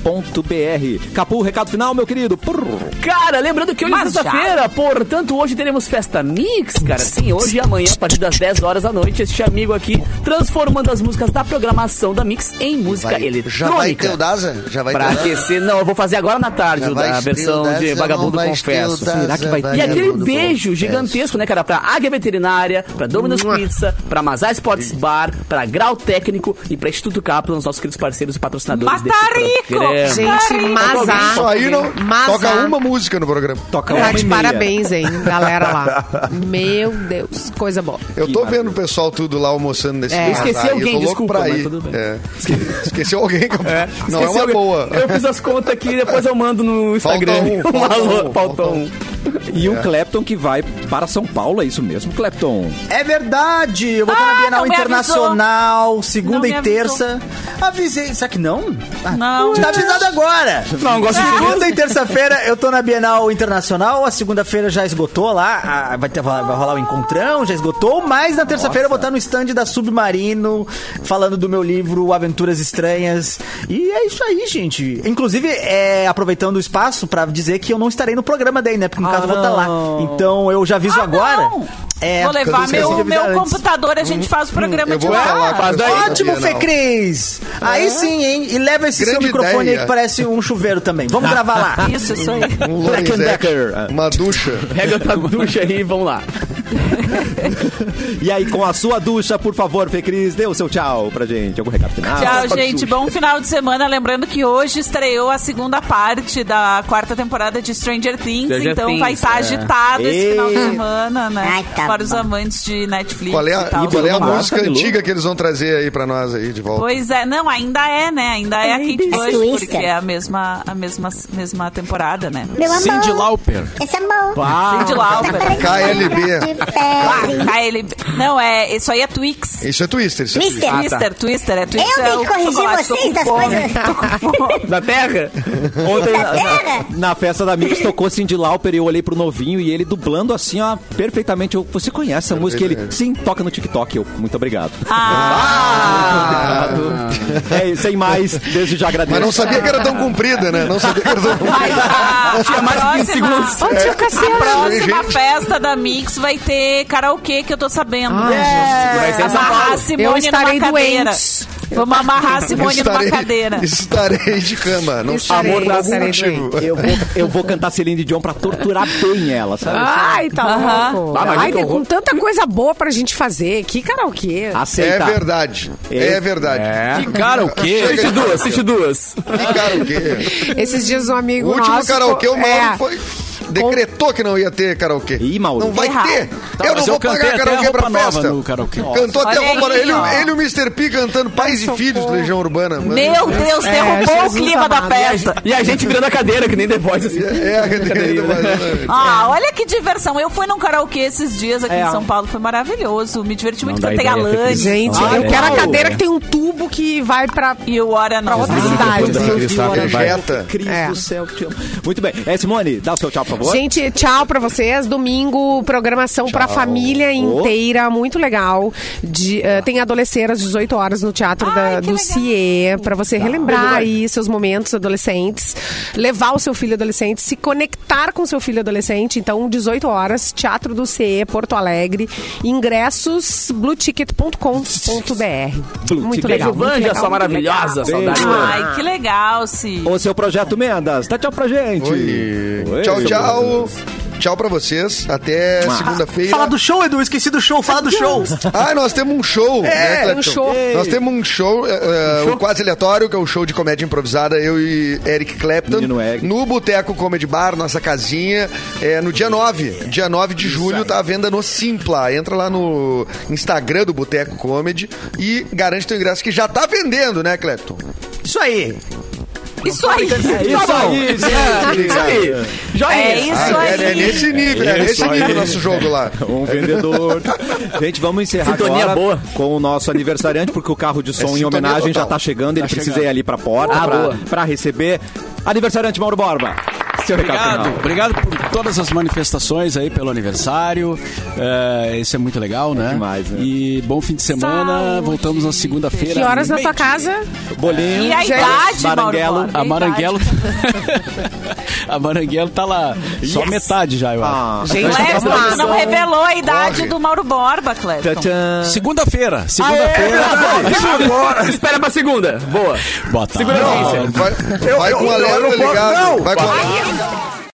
Speaker 2: simpla.com.br. Capu, recado final, meu querido. Prrr.
Speaker 3: Cara, lembrando que hoje é
Speaker 4: Mas já.
Speaker 3: sexta-feira, portanto, hoje teremos festa mix, cara. Sim, hoje e amanhã, a partir das 10 horas da noite, este amigo aqui transformando as músicas da programação da Mix em música
Speaker 9: Vai, já vai ter o
Speaker 3: eletrônica.
Speaker 9: Daza? Já vai
Speaker 3: Pra
Speaker 9: ter o Daza?
Speaker 3: aquecer, não, eu vou fazer agora na tarde
Speaker 9: Já
Speaker 3: o
Speaker 9: vai
Speaker 3: da- a
Speaker 9: ter o
Speaker 3: versão
Speaker 9: Daza,
Speaker 3: de
Speaker 9: não
Speaker 3: Vagabundo
Speaker 9: vai ter o
Speaker 3: Confesso.
Speaker 9: Daza,
Speaker 2: Será que vai ter?
Speaker 3: E aquele
Speaker 9: Vagabundo
Speaker 3: beijo
Speaker 9: Confesso.
Speaker 3: gigantesco, né, cara? Pra Águia Veterinária, pra Domino's Pizza, pra Mazar Sports Bar, pra Grau Técnico e pra Instituto Caplan, os nossos queridos parceiros e patrocinadores
Speaker 4: Mas
Speaker 3: deste
Speaker 4: tá rico!
Speaker 3: programa.
Speaker 6: Gente, mas
Speaker 5: Só
Speaker 6: a-
Speaker 5: aí não.
Speaker 6: Mas
Speaker 5: Toca
Speaker 6: a-
Speaker 5: uma música no programa.
Speaker 2: Toca
Speaker 6: Tá
Speaker 2: uma e
Speaker 6: de
Speaker 2: meia.
Speaker 6: parabéns, hein, galera
Speaker 2: *laughs*
Speaker 6: lá. Meu Deus, coisa boa.
Speaker 5: Eu tô vendo o pessoal tudo lá almoçando nesse
Speaker 6: É.
Speaker 5: lugar.
Speaker 3: Esqueci
Speaker 5: aí,
Speaker 3: alguém,
Speaker 5: eu tô louco
Speaker 3: desculpa,
Speaker 5: pra
Speaker 3: mas
Speaker 5: ir.
Speaker 3: tudo bem.
Speaker 5: É. Esque- Esqueceu alguém, Capu. Não é
Speaker 3: Esqueci
Speaker 5: uma
Speaker 3: alguém.
Speaker 5: boa.
Speaker 3: Eu fiz as contas aqui e depois eu mando no Instagram.
Speaker 5: um, falta
Speaker 3: alô,
Speaker 5: um,
Speaker 3: falta um.
Speaker 2: E
Speaker 9: É.
Speaker 2: o Clapton que vai para São Paulo, é isso mesmo, Clapton?
Speaker 10: É verdade, eu vou estar
Speaker 4: Ah,
Speaker 10: na Bienal
Speaker 4: não me
Speaker 10: Internacional, segunda
Speaker 4: Não me
Speaker 10: e terça. Avisei, será que não? Ah,
Speaker 4: Não.
Speaker 10: Tá avisado agora.
Speaker 3: Não, gosto de
Speaker 10: Segunda e terça-feira eu tô na Bienal Internacional, a segunda-feira já esgotou lá, a- vai, ter, vai rolar o encontrão, já esgotou, mas na terça-feira eu vou estar no stand da Submarino, falando do meu livro Aventuras Estranhas. E é isso aí, gente. Inclusive, é, aproveitando o espaço pra dizer que eu não estarei no programa daí, né?
Speaker 3: Ah,
Speaker 10: Porque no caso eu vou estar lá. Então eu já aviso
Speaker 4: Ah,
Speaker 10: agora.
Speaker 4: não.
Speaker 10: É,
Speaker 4: vou
Speaker 10: eu
Speaker 4: levar
Speaker 10: esqueci de
Speaker 4: meu,
Speaker 10: avisar
Speaker 4: meu
Speaker 10: antes.
Speaker 4: computador, a gente faz o programa
Speaker 5: eu
Speaker 4: de
Speaker 5: vou falar
Speaker 4: lá.
Speaker 5: com-
Speaker 10: Faz daí.
Speaker 5: Pessoal da
Speaker 10: Ótimo, Fê
Speaker 5: Bienal.
Speaker 10: Cris! Aí sim, hein? E leva esse seu
Speaker 5: Grande
Speaker 10: microfone aí
Speaker 5: ideia. Ah.
Speaker 10: que parece um chuveiro também. Vamos gravar
Speaker 5: *laughs*
Speaker 10: lá.
Speaker 4: Isso, isso aí.
Speaker 5: Um Lorenzetti,
Speaker 2: Becker.
Speaker 5: uma ducha.
Speaker 3: Pega outra Tá ducha aí e vamos lá.
Speaker 2: E aí, com a sua ducha, por favor, Fê Cris, dê o seu tchau pra gente. Algum recado
Speaker 11: Ah,
Speaker 2: final?
Speaker 4: Tchau, gente. Bom final de semana. Lembrando que hoje estreou a segunda parte da quarta temporada de Stranger Things.
Speaker 3: Stranger
Speaker 4: então
Speaker 3: Things,
Speaker 4: vai estar
Speaker 3: é.
Speaker 4: agitado esse final de semana, né?
Speaker 11: Ai, tá
Speaker 4: Para os
Speaker 11: bom.
Speaker 4: amantes de Netflix
Speaker 5: Qual é
Speaker 4: e
Speaker 5: a,
Speaker 4: tal.
Speaker 5: e qual é a
Speaker 2: Bilu.
Speaker 5: música
Speaker 2: Bilu.
Speaker 5: antiga que eles vão trazer aí pra nós aí de volta?
Speaker 4: Pois é, não, ainda é, né? Ainda é a Kate
Speaker 11: As
Speaker 4: Bush,
Speaker 11: Twister.
Speaker 4: porque é a mesma, a mesma, mesma temporada, né?
Speaker 11: Meu amor,
Speaker 7: Cindy Lauper.
Speaker 11: esse amor.
Speaker 4: Cindy
Speaker 11: Tá um
Speaker 4: Lauper.
Speaker 5: KLB.
Speaker 11: de febre.
Speaker 4: Ah, ele... Não, é, isso aí é Twix.
Speaker 5: Isso é Twister. Isso é
Speaker 11: Twister.
Speaker 4: Twister,
Speaker 5: Twister.
Speaker 4: Twister, é Twix.
Speaker 11: tá. Eu
Speaker 4: é
Speaker 11: tenho
Speaker 4: o
Speaker 11: que corrigir
Speaker 4: chocolate, tô
Speaker 11: vocês
Speaker 4: com né?
Speaker 11: das
Speaker 4: fome.
Speaker 11: *laughs* coisas.
Speaker 3: Da terra?
Speaker 2: Ontem,
Speaker 11: Tá
Speaker 2: na,
Speaker 11: vendo?
Speaker 2: na festa da Mix, tocou Cindy Lauper e eu olhei pro novinho e ele dublando assim, ó, perfeitamente. Eu, Você conhece essa música? Ele, sim, toca no TikTok. Eu, muito obrigado.
Speaker 4: Ah,
Speaker 2: É, sem mais, desde já agradeço.
Speaker 5: Mas não sabia que era tão comprida, né? Não sabia que era tão
Speaker 11: Ah.
Speaker 4: Mas a,
Speaker 5: comprida.
Speaker 3: Tinha
Speaker 4: a
Speaker 3: mais de vinte
Speaker 4: próxima,
Speaker 3: segundos.
Speaker 6: Ô, tio
Speaker 4: a
Speaker 6: Cassiano.
Speaker 4: próxima
Speaker 5: É. Gente.
Speaker 4: festa da Mix vai ter karaokê, que eu tô sabendo.
Speaker 6: Ai,
Speaker 4: É.
Speaker 3: Vai ser em São
Speaker 4: Amarrar a
Speaker 3: Paulo.
Speaker 4: Simone
Speaker 6: Eu estarei
Speaker 4: numa cadeira.
Speaker 6: doente.
Speaker 4: Vamos amarrar a
Speaker 5: *laughs*
Speaker 4: Simone
Speaker 5: Estarei-
Speaker 4: numa cadeira.
Speaker 5: Estarei de cama. Não sei
Speaker 2: Amor,
Speaker 5: por
Speaker 2: dá
Speaker 5: algum motivo.
Speaker 2: Eu vou, eu vou cantar Celine Dion pra torturar bem ela, sabe?
Speaker 6: Ai, tá
Speaker 4: Aham.
Speaker 6: louco.
Speaker 2: Ah, mas
Speaker 6: Ai,
Speaker 2: que
Speaker 6: tem
Speaker 2: horror.
Speaker 6: com tanta coisa boa pra gente fazer. Que karaokê.
Speaker 2: Ah,
Speaker 5: É
Speaker 7: tá.
Speaker 2: Aceitar.
Speaker 5: verdade.
Speaker 2: É.
Speaker 5: É verdade.
Speaker 7: Que cara, o quê?
Speaker 5: Chega.
Speaker 3: Assiste duas, assiste duas.
Speaker 5: Que karaokê.
Speaker 6: Esses dias um
Speaker 5: O
Speaker 6: amigo
Speaker 5: último
Speaker 6: nosso...
Speaker 5: karaokê, o Mauro
Speaker 6: é,
Speaker 5: foi. Decretou que não ia ter karaokê.
Speaker 2: Ih, Mauro.
Speaker 5: Não vai
Speaker 4: Errado.
Speaker 5: ter.
Speaker 7: Tá, mas
Speaker 5: eu não vou
Speaker 7: cantei
Speaker 5: pagar
Speaker 7: até a
Speaker 5: karaokê
Speaker 7: roupa
Speaker 5: pra
Speaker 7: nova
Speaker 5: festa.
Speaker 7: no karaokê.
Speaker 5: Cantou até
Speaker 4: Olha
Speaker 5: a roupa.
Speaker 4: aí,
Speaker 5: Ele,
Speaker 4: ó.
Speaker 5: ele e o Mr. P cantando Pais e Filhos do Legião Urbana. mano.
Speaker 4: Meu Deus,
Speaker 6: É,
Speaker 4: derrubou o
Speaker 6: Jesus
Speaker 4: clima da
Speaker 6: amado.
Speaker 4: festa.
Speaker 3: E a gente virando a cadeira, que nem The Voice, assim.
Speaker 5: É, a cadeirinha do Mauro.
Speaker 4: Ah, olha que diversão. Eu fui num karaokê esses dias
Speaker 6: É,
Speaker 4: aqui em São Paulo, foi maravilhoso. Me diverti muito,
Speaker 3: dá
Speaker 4: cantei a
Speaker 3: ideia, fica
Speaker 4: Lani.
Speaker 6: Gente,
Speaker 3: Ah,
Speaker 6: eu
Speaker 3: é.
Speaker 6: quero a
Speaker 3: Uau.
Speaker 6: cadeira que tem um tubo que vai pra...
Speaker 4: E o Hora não.
Speaker 6: Pra outra cidade.
Speaker 2: Deus,
Speaker 6: Deus,
Speaker 2: Deus,
Speaker 5: Deus,
Speaker 2: Deus,
Speaker 5: Jeta.
Speaker 2: Cristo
Speaker 6: É.
Speaker 2: do céu, que te amo. Muito bem. É, Simone, dá o seu tchau, por favor.
Speaker 6: Gente, tchau pra vocês. Domingo, programação pra família inteira, muito legal. De,
Speaker 3: Tá.
Speaker 6: eh, tem adolescentes às 18 horas no Teatro da- do CIE, pra você
Speaker 3: Tá.
Speaker 6: relembrar aí seus momentos adolescentes, levar o seu filho adolescente, se conectar com seu filho adolescente. Então, 18 horas, Teatro do CIE, Porto Alegre. Ingressos, blueticket.com.br. Muito legal. muito
Speaker 3: Vanja,
Speaker 6: legal,
Speaker 3: sua
Speaker 6: muito
Speaker 3: maravilhosa,
Speaker 6: legal.
Speaker 3: saudade.
Speaker 4: Ai, que legal, Si.
Speaker 2: é O seu projeto Mendas, dá tchau pra gente.
Speaker 5: Oi.
Speaker 2: Oi,
Speaker 5: Tchau,
Speaker 2: seu
Speaker 5: tchau.
Speaker 2: Mendas.
Speaker 5: Tchau pra vocês. Até
Speaker 7: Ah.
Speaker 5: segunda-feira.
Speaker 10: Fala do show, Edu, esqueci do show, fala do show.
Speaker 5: Ah, nós temos um show. né,
Speaker 6: tem um
Speaker 5: Clepton?
Speaker 6: show.
Speaker 5: Nós temos um show, é, é, um quase aleatório, que é um show de comédia improvisada, eu e Eric Clapton.
Speaker 2: Menino Eric.
Speaker 5: No Boteco Comedy Bar, nossa casinha, é, no dia 9. Dia 9 de julho tá à venda no Simpla. Entra lá no Instagram do Boteco Comedy e garante teu ingresso, que já tá vendendo, né, Clapton?
Speaker 10: Isso aí.
Speaker 4: Isso aí.
Speaker 3: Tá
Speaker 2: Isso aí, gente.
Speaker 3: Isso aí.
Speaker 4: É
Speaker 3: Joinha.
Speaker 4: isso
Speaker 5: é, é
Speaker 4: aí.
Speaker 5: nesse nível, é,
Speaker 2: Isso
Speaker 5: nesse
Speaker 2: aí.
Speaker 5: nível nosso jogo lá.
Speaker 2: Um
Speaker 3: *laughs*
Speaker 2: vendedor. Gente, vamos encerrar
Speaker 3: Sintonia
Speaker 2: agora
Speaker 3: boa. É
Speaker 2: com o nosso aniversariante, porque o carro de som em
Speaker 5: sintonia
Speaker 2: homenagem já
Speaker 5: total.
Speaker 2: tá chegando, ele precisa ir ali pra porta
Speaker 3: Ah,
Speaker 2: pra,
Speaker 3: boa.
Speaker 2: pra receber. Aniversariante Mauro Borba. Seu recado
Speaker 7: Obrigado,
Speaker 2: final.
Speaker 7: obrigado por todas as manifestações aí, pelo aniversário. É, esse é muito legal, né?
Speaker 2: demais, né?
Speaker 7: E bom fim de semana.
Speaker 4: Saúde,
Speaker 7: Voltamos na segunda-feira.
Speaker 6: Que horas na tua
Speaker 7: meio-dia.
Speaker 6: casa?
Speaker 2: Bolinho.
Speaker 4: E a
Speaker 6: Gente,
Speaker 4: idade, Mauro?
Speaker 2: Maranguelo,
Speaker 4: Borba?
Speaker 7: A
Speaker 4: idade?
Speaker 7: Maranguelo. a Maranguelo tá *laughs* lá. Só metade já, eu
Speaker 2: Ah.
Speaker 6: Então,
Speaker 7: acho.
Speaker 4: Clepton, tu é não revelou a idade do Mauro Borba,
Speaker 2: Tchan,
Speaker 4: Clepton.
Speaker 3: Ah.
Speaker 2: tchan.
Speaker 7: Segunda-feira. Segunda-feira.
Speaker 3: Espera pra segunda. Boa.
Speaker 7: Boa tarde.
Speaker 5: Vai, vai
Speaker 8: *laughs* eu-
Speaker 5: com o
Speaker 8: eu
Speaker 5: alerta
Speaker 8: não posso-
Speaker 5: ligado.
Speaker 8: não.
Speaker 5: Vai com o alerta.